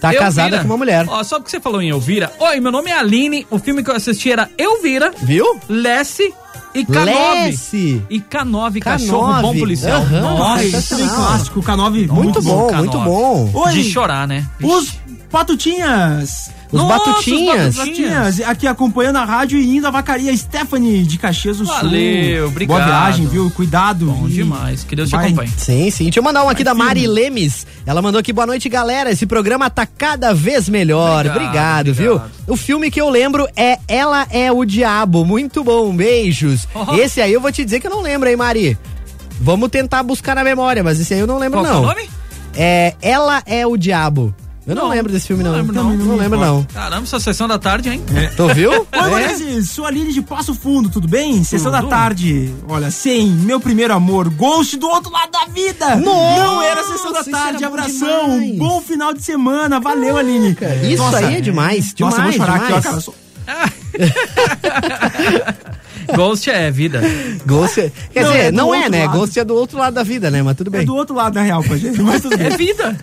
Speaker 6: Tá casada
Speaker 4: né?
Speaker 6: com uma mulher.
Speaker 4: Ó, só porque você falou em Elvira. Oi, meu nome é Aline. O filme que eu assisti era Elvira,
Speaker 6: Viu?
Speaker 4: Lessie e K9.
Speaker 6: Lessie.
Speaker 4: E K9,
Speaker 6: K9,
Speaker 4: cachorro bom policial.
Speaker 6: aham,
Speaker 5: Nossa,
Speaker 4: Nossa,
Speaker 5: esse é um
Speaker 6: sensacional.
Speaker 5: clássico, o K9.
Speaker 6: Muito bom,
Speaker 4: K9.
Speaker 6: muito bom.
Speaker 5: Oi,
Speaker 4: de chorar, né?
Speaker 5: Os Patutinhas.
Speaker 6: Os Batutinhas.
Speaker 5: Os Batutinhas, aqui acompanhando a rádio e indo à vacaria. Stephanie de Caxias do Sul.
Speaker 4: Valeu, obrigado.
Speaker 5: Boa viagem, viu? Cuidado.
Speaker 4: Bom
Speaker 5: E-
Speaker 4: demais. Que Deus te
Speaker 5: Vai.
Speaker 4: acompanhe.
Speaker 6: Sim, sim. Deixa eu mandar um aqui da Mari Lemes. Ela mandou aqui, boa noite, galera. Esse programa tá cada vez melhor.
Speaker 4: Obrigado,
Speaker 6: Obrigado, viu? O filme que eu lembro é Ela é o Diabo. Muito bom, beijos.
Speaker 4: Oh.
Speaker 6: Esse aí eu vou te dizer que eu não lembro, hein, Mari? Vamos tentar buscar na memória, mas esse aí eu não lembro,
Speaker 4: Qual que é
Speaker 6: não.
Speaker 4: o nome?
Speaker 6: É Ela é o Diabo. Eu não,
Speaker 4: Não,
Speaker 6: lembro desse filme,
Speaker 4: não
Speaker 6: não.
Speaker 4: lembro, não.
Speaker 6: Também não, lembro, não.
Speaker 4: Caramba, essa sessão da tarde, hein?
Speaker 6: Tu viu?
Speaker 5: Oi,
Speaker 6: É.
Speaker 5: Vanessa, sou a Aline de Passo Fundo, tudo bem? Sessão da
Speaker 4: Tudo.
Speaker 5: tarde. Olha, sem meu primeiro amor, Ghost do outro lado da vida. Não era sessão da
Speaker 6: isso era
Speaker 5: tarde,
Speaker 6: bom
Speaker 5: abração. um
Speaker 6: demais.
Speaker 5: Bom final de semana, valeu, Aline.
Speaker 6: Isso
Speaker 5: Nossa,
Speaker 6: aí é demais, demais,
Speaker 5: Nossa, eu vou chorar aqui, ó,
Speaker 6: demais.
Speaker 5: cara. Sou-
Speaker 4: Ghost é vida.
Speaker 6: Ghost é- Quer
Speaker 5: Não, é
Speaker 6: dizer,
Speaker 5: do
Speaker 6: não é,
Speaker 5: outro
Speaker 6: né?
Speaker 5: lado.
Speaker 6: Ghost é do outro lado da vida, né? Mas tudo
Speaker 5: É
Speaker 6: bem.
Speaker 5: do outro lado, na real, Pajé. Mas tudo bem.
Speaker 4: É vida.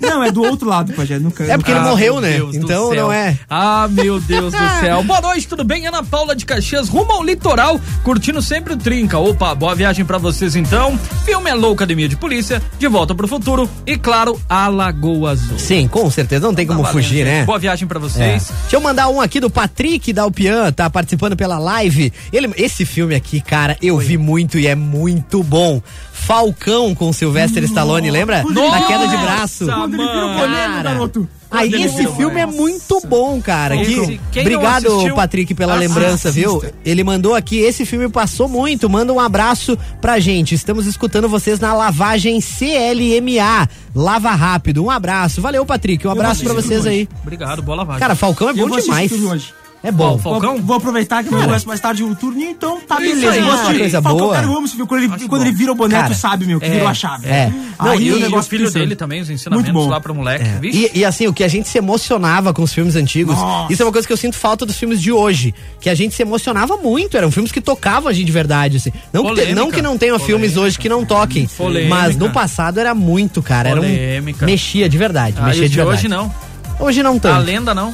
Speaker 5: Não, é do outro lado, Pajé. Nunca,
Speaker 6: É porque ele
Speaker 4: Ah,
Speaker 6: morreu,
Speaker 4: meu
Speaker 6: né?
Speaker 4: Deus do
Speaker 6: Então
Speaker 4: céu.
Speaker 6: não é.
Speaker 4: Ah, meu Deus do céu. Boa noite, tudo bem? Ana Paula de Caxias, rumo ao litoral, curtindo sempre o Trinca. Opa, boa viagem pra vocês então. Filme é Louca Academia de Polícia, De Volta pro Futuro e, claro, a Lagoa Azul.
Speaker 6: Sim, com certeza, não tem como
Speaker 4: Tá valendo,
Speaker 6: fugir,
Speaker 4: gente.
Speaker 6: né?
Speaker 4: Boa viagem pra
Speaker 6: É.
Speaker 4: vocês.
Speaker 6: Deixa eu mandar um aqui do Patrick Dalpian, tá participando pela live. Ele, esse filme aqui, cara, eu vi muito e é muito bom. Falcão com Sylvester Stallone, lembra?
Speaker 4: Nossa,
Speaker 6: Na queda de braço.
Speaker 5: Quando ele vira o
Speaker 4: mano.
Speaker 5: boneiro, garoto.
Speaker 6: Aí
Speaker 5: Quando ele
Speaker 6: esse
Speaker 5: vira o
Speaker 6: filme é
Speaker 5: boneiro.
Speaker 6: muito bom, cara.
Speaker 4: Esse-
Speaker 6: Que-
Speaker 4: quem não
Speaker 6: Obrigado,
Speaker 4: assistiu,
Speaker 6: Patrick, pela
Speaker 4: assista.
Speaker 6: lembrança, viu? Ele mandou aqui, esse filme passou muito. Manda um abraço pra gente. Estamos escutando vocês na lavagem CLMA. Lava rápido. Um abraço. Valeu, Patrick. Um abraço pra
Speaker 5: assistir
Speaker 6: vocês
Speaker 5: hoje.
Speaker 6: aí.
Speaker 4: Obrigado, boa lavagem.
Speaker 6: É. Cara, Falcão é
Speaker 5: Eu
Speaker 6: bom
Speaker 5: vou assistir
Speaker 6: demais.
Speaker 5: tudo hoje.
Speaker 6: É bom.
Speaker 4: Bom, Falcão.
Speaker 5: Vou, vou aproveitar que eu começo mais tarde o turninho, então tá
Speaker 6: É
Speaker 4: Isso
Speaker 5: beleza.
Speaker 4: aí,
Speaker 5: vou assistir.
Speaker 4: uma
Speaker 6: coisa
Speaker 5: Falcão,
Speaker 6: boa.
Speaker 5: Cara, eu amo esse filme. Quando ele,
Speaker 4: Acho
Speaker 5: quando
Speaker 4: bom.
Speaker 5: ele vira o boneco,
Speaker 6: Cara,
Speaker 5: sabe, meu, que
Speaker 4: é,
Speaker 5: virou a chave. Aí
Speaker 6: é. Não, e
Speaker 5: o
Speaker 4: Ah, e o
Speaker 5: negócio
Speaker 4: filho
Speaker 5: pisando.
Speaker 4: dele também, os ensinamentos
Speaker 5: Muito bom.
Speaker 4: lá pro moleque. Vixe.
Speaker 6: E, e assim, o que a gente se emocionava com os filmes antigos,
Speaker 5: Nossa.
Speaker 6: isso é uma coisa que eu sinto falta dos filmes de hoje. Que a gente se emocionava muito, eram filmes que tocavam a gente de verdade, assim. Não, que, te-
Speaker 4: Polêmica.
Speaker 6: não que não tenham
Speaker 4: Polêmica.
Speaker 6: filmes hoje que não toquem.
Speaker 4: Polêmica.
Speaker 6: Mas no passado era muito, cara. Era um,
Speaker 4: Polêmica.
Speaker 6: mexia de verdade.
Speaker 4: Ah, e
Speaker 6: mexia
Speaker 4: o
Speaker 6: de
Speaker 4: de
Speaker 6: verdade. Então,
Speaker 4: hoje não.
Speaker 6: Hoje não
Speaker 4: A
Speaker 6: tanto.
Speaker 4: lenda não.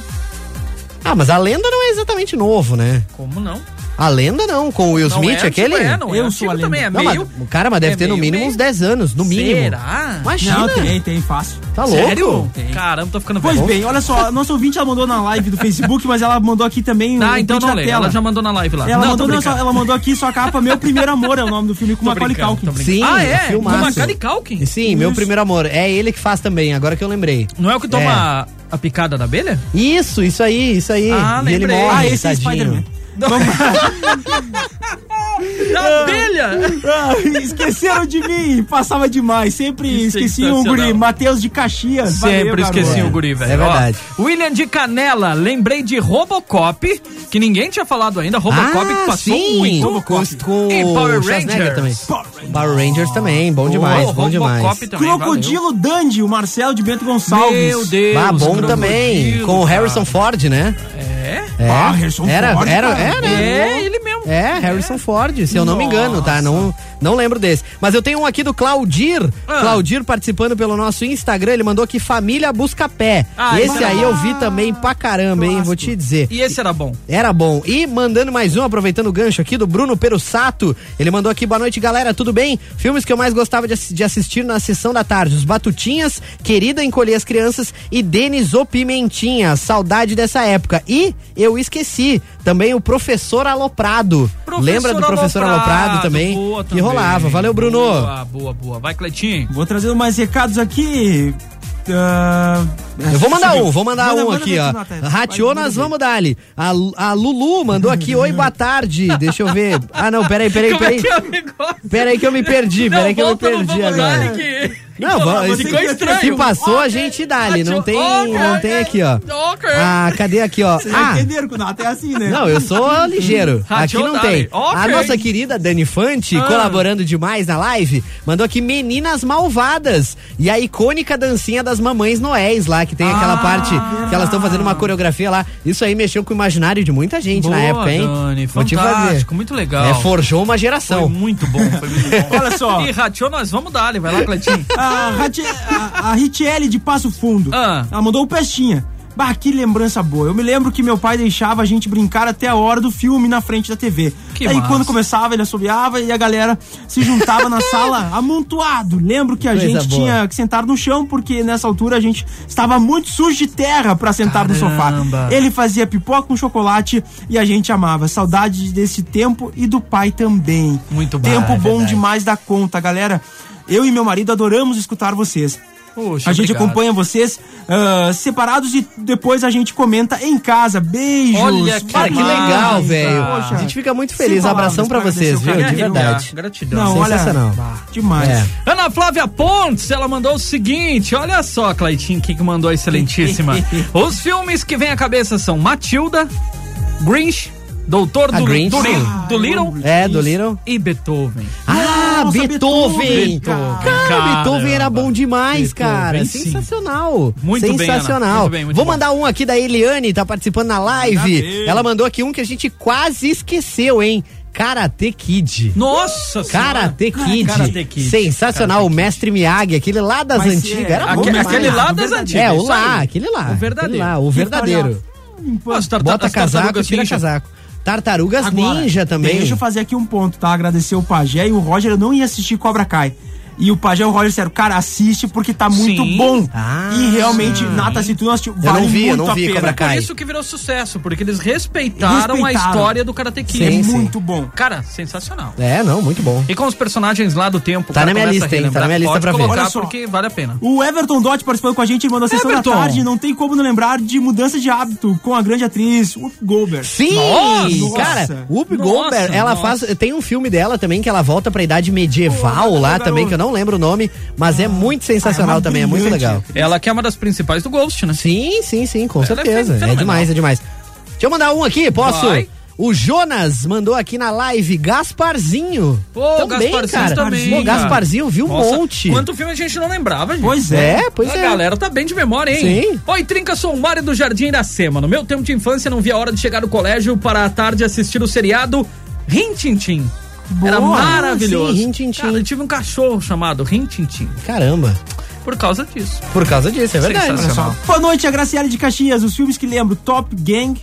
Speaker 6: Ah, mas a lenda não é exatamente novo, né?
Speaker 4: Como não?
Speaker 6: A lenda não, com o Will
Speaker 4: não
Speaker 6: Smith,
Speaker 4: é,
Speaker 6: aquele.
Speaker 4: Tipo, é, não
Speaker 5: Eu
Speaker 4: é,
Speaker 5: sou
Speaker 4: antigo
Speaker 5: a lenda.
Speaker 4: também, é
Speaker 6: Não,
Speaker 4: meio...
Speaker 6: mas o cara, mas deve
Speaker 4: é
Speaker 6: ter no
Speaker 4: meio,
Speaker 6: mínimo
Speaker 4: meio.
Speaker 6: uns 10 anos, no mínimo.
Speaker 4: Será?
Speaker 6: Imagina.
Speaker 5: Não, tem, tem, fácil.
Speaker 6: Tá louco?
Speaker 4: Sério? Caramba, tô ficando
Speaker 5: Pois
Speaker 4: velho.
Speaker 5: bem, olha só, a nossa ouvinte ela mandou na live do Facebook, mas ela mandou aqui também
Speaker 4: Ah,
Speaker 5: o
Speaker 4: então não
Speaker 5: print da
Speaker 4: lê.
Speaker 5: tela.
Speaker 4: Ela já mandou na live lá.
Speaker 5: Ela
Speaker 4: não,
Speaker 5: mandou,
Speaker 4: tô
Speaker 5: não, só-
Speaker 4: brincando.
Speaker 5: ela mandou aqui sua capa, Meu Primeiro Amor é o nome do filme com
Speaker 4: Tô
Speaker 5: Macaulay
Speaker 4: brincando,
Speaker 5: Culkin.
Speaker 4: tô brincando.
Speaker 6: Sim,
Speaker 4: ah, é?
Speaker 6: filmaço.
Speaker 4: Com Macaulay Culkin?
Speaker 6: Sim, meu primeiro amor. É ele que faz também, agora que eu lembrei.
Speaker 4: Não é o que toma a picada da abelha?
Speaker 6: Isso, isso aí, isso aí.
Speaker 4: Ah,
Speaker 6: É, e ele
Speaker 4: lembrei.
Speaker 5: Ah,
Speaker 6: morre,
Speaker 5: esse é
Speaker 6: tadinho.
Speaker 5: Spider-Man. Vamos-
Speaker 6: É.
Speaker 4: Da abelha!
Speaker 5: Ah, esqueceram de mim, passava demais. Sempre esqueciam o guri.
Speaker 4: Sensacional.
Speaker 5: Matheus de Caxias. valeu,
Speaker 4: Sempre
Speaker 5: garoto.
Speaker 4: esqueci o guri, velho.
Speaker 6: É verdade.
Speaker 4: Ó, William de Canela, lembrei de Robocop, que ninguém tinha falado ainda. Robocop que
Speaker 6: ah,
Speaker 4: passou
Speaker 6: sim,
Speaker 4: muito.
Speaker 6: com, com
Speaker 4: E Power
Speaker 6: o
Speaker 4: Rangers.
Speaker 6: Schwarzenegger também.
Speaker 5: Power
Speaker 6: Power Rangers também, bom demais,
Speaker 4: Oh,
Speaker 6: bom demais.
Speaker 4: Robocop também,
Speaker 5: Crocodilo Dandy, o Marcelo de Bento
Speaker 4: valeu.
Speaker 5: Gonçalves.
Speaker 4: Meu Deus.
Speaker 6: Ah, bom
Speaker 4: Crocodilo,
Speaker 6: também, com o
Speaker 4: cara.
Speaker 6: Harrison Ford, né?
Speaker 4: É?
Speaker 6: É.
Speaker 5: Ah, Harrison
Speaker 6: era,
Speaker 5: Ford,
Speaker 6: Era,
Speaker 5: cara.
Speaker 6: é, né?
Speaker 4: É, ele mesmo.
Speaker 6: É, Harrison Ford, se eu não me engano, tá? Não, não lembro desse. Mas eu tenho um aqui do Claudir.
Speaker 4: Ah.
Speaker 6: Claudir participando pelo nosso Instagram, ele mandou aqui Família Busca Pé.
Speaker 4: Ah,
Speaker 6: Esse
Speaker 4: esse
Speaker 6: aí
Speaker 4: era
Speaker 6: eu vi também pra caramba, hein? Vou te dizer.
Speaker 4: E esse era bom.
Speaker 6: Era bom. E mandando mais um, aproveitando o gancho aqui do Bruno Perussato. Ele mandou aqui, boa noite, galera, tudo bem? Filmes que eu mais gostava de, assi- de assistir na sessão da tarde: Os Batutinhas, Querida Encolher as Crianças e Denis O Pimentinha. Saudade dessa época. E eu esqueci também o Professor Aloprado.
Speaker 4: Professor
Speaker 6: Lembra do Professor Aloprado, também?
Speaker 4: boa
Speaker 6: Que rolava. Valeu, Bruno.
Speaker 4: Boa, boa, boa. Vai, Cleitinho.
Speaker 5: Vou trazer mais recados aqui. ah,
Speaker 6: Eu vou mandar um, vou mandar
Speaker 5: Manda-
Speaker 6: um
Speaker 5: manda
Speaker 6: aqui,
Speaker 5: ver
Speaker 6: ó.
Speaker 5: tu, Natan.
Speaker 6: Ratiou,
Speaker 5: Vai, manda
Speaker 6: nós
Speaker 5: ver.
Speaker 6: vamos dar ali. A, Lu- a Lulu mandou aqui, oi, boa tarde. Deixa eu ver. Ah, não, peraí, peraí,
Speaker 4: Como é
Speaker 6: peraí.
Speaker 4: que é o negócio?
Speaker 6: Peraí que eu me perdi,
Speaker 4: Não,
Speaker 6: peraí que eu me
Speaker 4: volta no
Speaker 6: perdi
Speaker 4: Vamos
Speaker 6: agora.
Speaker 4: Dali Então, que-
Speaker 6: Não, vamos,
Speaker 4: ficou
Speaker 6: esse-
Speaker 4: estranho.
Speaker 6: Se passou, a gente dá ali. Não tem,
Speaker 4: Ok,
Speaker 6: não tem aqui, ó.
Speaker 4: ok.
Speaker 6: Ah, cadê aqui, ó?
Speaker 5: Vocês
Speaker 6: Ah,
Speaker 5: entenderam que o Natan é assim, né?
Speaker 6: não, eu sou ligeiro. Aqui
Speaker 4: Rachou
Speaker 6: não
Speaker 4: dali.
Speaker 6: tem. A
Speaker 4: Ok. Ah.
Speaker 6: nossa querida Dani Fante, colaborando demais na live, mandou aqui Meninas Malvadas e a icônica dancinha das Mamães Noéis lá, que tem
Speaker 4: Ah,
Speaker 6: aquela parte que elas estão fazendo uma coreografia lá. Isso aí mexeu com o imaginário de muita gente na
Speaker 4: Boa,
Speaker 6: época, hein?
Speaker 4: Dani,
Speaker 6: Vou te fazer.
Speaker 4: fantástico, muito legal.
Speaker 6: É, forjou uma
Speaker 4: Foi
Speaker 6: geração.
Speaker 4: muito bom, foi muito bom.
Speaker 5: Olha só.
Speaker 4: E rateou, nós vamos dar, vai lá, Cleitinho.
Speaker 5: A, Rati- a, a Ritiele de Passo Fundo.
Speaker 4: Ah.
Speaker 5: Ela mandou o Pestinha. Bah, que lembrança boa. Eu me lembro que meu pai deixava a gente brincar até a hora do filme na frente da TV.
Speaker 4: Que
Speaker 5: Aí
Speaker 4: massa.
Speaker 5: quando começava, ele assobiava e a galera se juntava na sala amontoado. Lembro que a
Speaker 6: Coisa
Speaker 5: gente
Speaker 6: boa.
Speaker 5: tinha que sentar no chão, porque nessa altura a gente estava muito sujo de terra pra sentar no
Speaker 4: Caramba.
Speaker 5: sofá. Ele fazia pipoca com chocolate e a gente amava. Saudade desse tempo e do pai também.
Speaker 4: Muito bom.
Speaker 5: Tempo
Speaker 4: Ah, é
Speaker 5: bom
Speaker 6: verdade.
Speaker 5: demais da conta, galera. Eu e meu marido adoramos escutar vocês.
Speaker 4: Poxa,
Speaker 5: a gente
Speaker 4: obrigado.
Speaker 5: acompanha vocês ah, separados e depois a gente comenta em casa. Beijos.
Speaker 4: Olha que
Speaker 6: Cara, que
Speaker 4: Demais,
Speaker 6: legal,
Speaker 4: cara.
Speaker 6: velho.
Speaker 5: Poxa,
Speaker 6: A gente fica muito
Speaker 5: sem
Speaker 6: feliz.
Speaker 5: palavras
Speaker 6: Abração pra
Speaker 5: agradecer
Speaker 6: vocês,
Speaker 5: o
Speaker 6: viu?
Speaker 5: carinho.
Speaker 6: De verdade.
Speaker 4: Arrepiar, Gratidão.
Speaker 5: Não,
Speaker 6: Sensacional.
Speaker 5: olha, bah, demais.
Speaker 6: É.
Speaker 4: Ana Flávia Pontes, ela mandou o seguinte: olha só, Claitinho, quem que mandou a excelentíssima. Os filmes que vem à cabeça são Matilda, Grinch, Doutor
Speaker 6: Ah,
Speaker 4: do,
Speaker 6: Grinch,
Speaker 4: do,
Speaker 6: sim.
Speaker 4: do Little
Speaker 6: É, do Little.
Speaker 4: e Beethoven.
Speaker 6: Ah,
Speaker 5: Nossa,
Speaker 6: Beethoven!
Speaker 5: Beethoven,
Speaker 6: Cara,
Speaker 4: caramba.
Speaker 6: Beethoven era bom demais,
Speaker 4: Beethoven,
Speaker 6: cara.
Speaker 4: sim.
Speaker 6: Sensacional.
Speaker 4: Muito bem,
Speaker 6: Sensacional.
Speaker 4: Ana. Muito bem, muito
Speaker 6: Vou
Speaker 4: bom.
Speaker 6: mandar um aqui da Eliane, tá participando na live. Ela mandou aqui um que a gente quase esqueceu, hein? Karate Kid.
Speaker 4: Nossa Senhora.
Speaker 6: Karate Kid.
Speaker 4: Karate Kid.
Speaker 6: Sensacional. o Mestre Miyagi, aquele lá das
Speaker 5: Mas,
Speaker 6: antigas.
Speaker 5: é,
Speaker 6: Era bom
Speaker 4: Aque-
Speaker 6: demais.
Speaker 4: aquele lá das antigas.
Speaker 6: É, o
Speaker 4: isso
Speaker 6: lá,
Speaker 4: aí.
Speaker 6: aquele lá.
Speaker 4: O verdadeiro.
Speaker 6: aquele lá, o verdadeiro.
Speaker 4: Pô, as tarta-
Speaker 6: Bota
Speaker 4: as
Speaker 6: casaco,
Speaker 4: tartarugas
Speaker 6: tira
Speaker 4: ninja. É
Speaker 6: casaco. Tartarugas
Speaker 5: Agora,
Speaker 6: Ninja também.
Speaker 5: Deixa eu fazer aqui um ponto, tá? Agradecer o Pajé e o Roger. Eu não ia assistir Cobra Kai. E o Pajé e o Roger disseram, cara, assiste porque tá muito
Speaker 4: Sim.
Speaker 5: bom.
Speaker 6: Ah,
Speaker 5: e realmente, Nata, se tu não assistiu, vale
Speaker 6: não vi, eu
Speaker 5: muito
Speaker 6: não vi
Speaker 5: a pena.
Speaker 6: Cobra Kai.
Speaker 4: Por isso que virou sucesso, porque eles respeitaram, a
Speaker 5: Respeitaram.
Speaker 4: história do Karate Kid.
Speaker 5: É
Speaker 6: Sim, sim.
Speaker 5: muito bom.
Speaker 4: Cara, sensacional.
Speaker 6: É, não, muito bom.
Speaker 4: E com os personagens lá do tempo, o
Speaker 6: Tá
Speaker 4: cara
Speaker 6: na minha
Speaker 4: começa a
Speaker 6: lista, hein?
Speaker 4: relembrar.
Speaker 6: Tá na minha lista
Speaker 4: Pode
Speaker 6: pra ver.
Speaker 4: colocar
Speaker 5: Olha só.
Speaker 4: porque vale a pena.
Speaker 5: O Everton Dotti participando com a gente, mandou a sessão
Speaker 4: Everton.
Speaker 5: da tarde. Não tem como não lembrar de mudança de hábito com a grande atriz Whoop Goldberg.
Speaker 6: Sim!
Speaker 4: Nossa!
Speaker 6: Cara, Whoopi
Speaker 4: Nossa,
Speaker 6: Goldberg, ela
Speaker 4: nossa.
Speaker 6: faz. Tem um filme dela também que ela volta pra idade medieval
Speaker 5: Pô,
Speaker 6: lá
Speaker 5: garoto.
Speaker 6: também, que eu não lembro o nome, mas é muito sensacional
Speaker 5: Ah, é
Speaker 6: também, é muito
Speaker 5: brilhante.
Speaker 6: legal.
Speaker 4: Ela que é uma das principais do Ghost, né?
Speaker 6: Sim, sim, sim, com
Speaker 4: Ela é
Speaker 6: certeza. É,
Speaker 4: fenomenal.
Speaker 6: demais, é demais. Deixa eu mandar um aqui, posso?
Speaker 4: Vai.
Speaker 6: O Jonas mandou aqui na live Gasparzinho.
Speaker 4: Pô, o Gasparzinho também.
Speaker 6: Pô,
Speaker 4: cara.
Speaker 6: Gasparzinho viu
Speaker 4: Nossa,
Speaker 6: um monte.
Speaker 4: Quanto filme a gente não lembrava, gente.
Speaker 5: Pois é.
Speaker 6: É, pois
Speaker 4: a
Speaker 6: é.
Speaker 4: galera tá bem de memória, hein?
Speaker 6: Sim.
Speaker 4: Oi, Trinca, sou o Mário do Jardim Iracema. No meu tempo de infância, não via a hora de chegar do colégio para à tarde assistir o seriado Rintintim. Era
Speaker 6: Boa.
Speaker 4: maravilhoso.
Speaker 6: Sim, Rin Tin Tin.
Speaker 4: Cara, eu tive um cachorro chamado Rintintim
Speaker 6: Caramba.
Speaker 4: por causa disso.
Speaker 6: Por causa disso, é verdade.
Speaker 4: Sensacional.
Speaker 5: Boa noite, a Graciele de Caxias. Os filmes que lembro: Top Gang,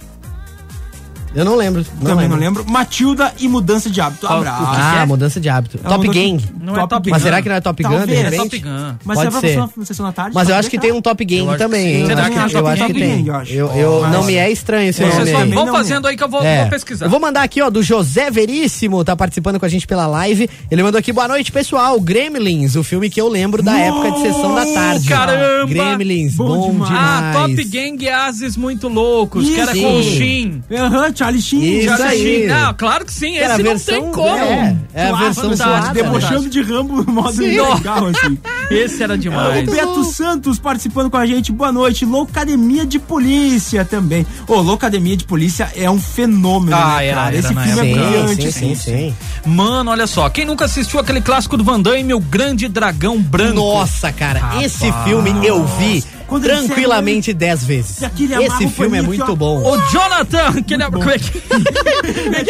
Speaker 6: Eu não lembro. Não
Speaker 5: também
Speaker 6: lembro.
Speaker 5: não lembro. Matilda e Mudança de Hábito.
Speaker 4: Top-
Speaker 5: Abraço.
Speaker 6: Ah,
Speaker 4: É.
Speaker 6: mudança de hábito.
Speaker 5: Ela
Speaker 6: Top
Speaker 5: mandou
Speaker 6: Gang.
Speaker 5: que-
Speaker 4: Não é Top
Speaker 6: Mas
Speaker 4: Gun.
Speaker 6: será que não é Top Gun, de
Speaker 5: Talvez.
Speaker 6: repente?
Speaker 4: É Top Gun.
Speaker 5: Mas
Speaker 6: Pode
Speaker 5: será
Speaker 6: ser.
Speaker 5: pra sessão da tarde?
Speaker 6: Mas eu
Speaker 5: Top
Speaker 6: acho
Speaker 5: Gun
Speaker 6: que
Speaker 5: tá?
Speaker 6: tem um Top
Speaker 4: Eu
Speaker 6: Gang
Speaker 4: acho que
Speaker 6: também,
Speaker 4: sim.
Speaker 6: hein?
Speaker 4: Será
Speaker 6: Eu,
Speaker 4: que
Speaker 6: acho
Speaker 4: tem
Speaker 6: eu
Speaker 4: Top
Speaker 6: acho que
Speaker 4: Gang,
Speaker 6: tem.
Speaker 5: eu acho.
Speaker 6: Eu, eu-
Speaker 5: Mas-
Speaker 6: não me é estranho esse
Speaker 4: Vocês
Speaker 6: nome
Speaker 5: só
Speaker 6: aí.
Speaker 5: também
Speaker 4: vão
Speaker 5: não
Speaker 4: fazendo aí que eu vou,
Speaker 6: É.
Speaker 4: vou pesquisar.
Speaker 6: Eu vou mandar aqui, ó, do José Veríssimo, tá participando com a gente pela live. Ele mandou aqui, boa noite, pessoal. Gremlins, o filme que eu lembro da época de sessão da tarde.
Speaker 4: caramba!
Speaker 6: Gremlins, bom,
Speaker 5: Bom
Speaker 6: demais.
Speaker 5: demais.
Speaker 4: Ah, Top Gang e Ases Muito Loucos, que era
Speaker 6: Isso.
Speaker 4: com o Shin.
Speaker 5: Aham, Charlie Sheen.
Speaker 6: Isso
Speaker 5: Charlie
Speaker 6: aí.
Speaker 5: Sheen.
Speaker 4: Não, claro que sim,
Speaker 6: Cara,
Speaker 4: esse
Speaker 6: a
Speaker 4: não
Speaker 6: versão-
Speaker 4: tem como.
Speaker 6: é, é a
Speaker 4: Claro,
Speaker 6: versão
Speaker 4: fantástico,
Speaker 6: zoada.
Speaker 4: fantástico.
Speaker 5: Debochando de Rambo no modo
Speaker 6: Sim.
Speaker 5: legal, assim.
Speaker 6: É.
Speaker 4: Esse era demais.
Speaker 5: O Beto Santos participando com a gente. Boa noite. Loucademia de Polícia também. Ô, Loucademia de Polícia é um fenômeno,
Speaker 4: Ah,
Speaker 5: né,
Speaker 4: era,
Speaker 5: cara?
Speaker 4: era
Speaker 5: Esse
Speaker 4: na
Speaker 5: filme é
Speaker 4: época.
Speaker 5: brilhante,
Speaker 6: sim,
Speaker 5: assim.
Speaker 6: sim, sim.
Speaker 4: Mano, olha só, quem nunca assistiu aquele clássico do Van Damme, O Grande Dragão Branco?
Speaker 6: Nossa, cara, esse filme eu vi
Speaker 5: Quando ele
Speaker 6: tranquilamente 10 vezes.
Speaker 5: E aquele amarra
Speaker 6: Esse
Speaker 5: o
Speaker 6: filme
Speaker 5: paninho
Speaker 6: é
Speaker 5: aqui,
Speaker 6: muito
Speaker 5: ó.
Speaker 6: bom.
Speaker 4: O Jonathan, que ele abre. Como é que.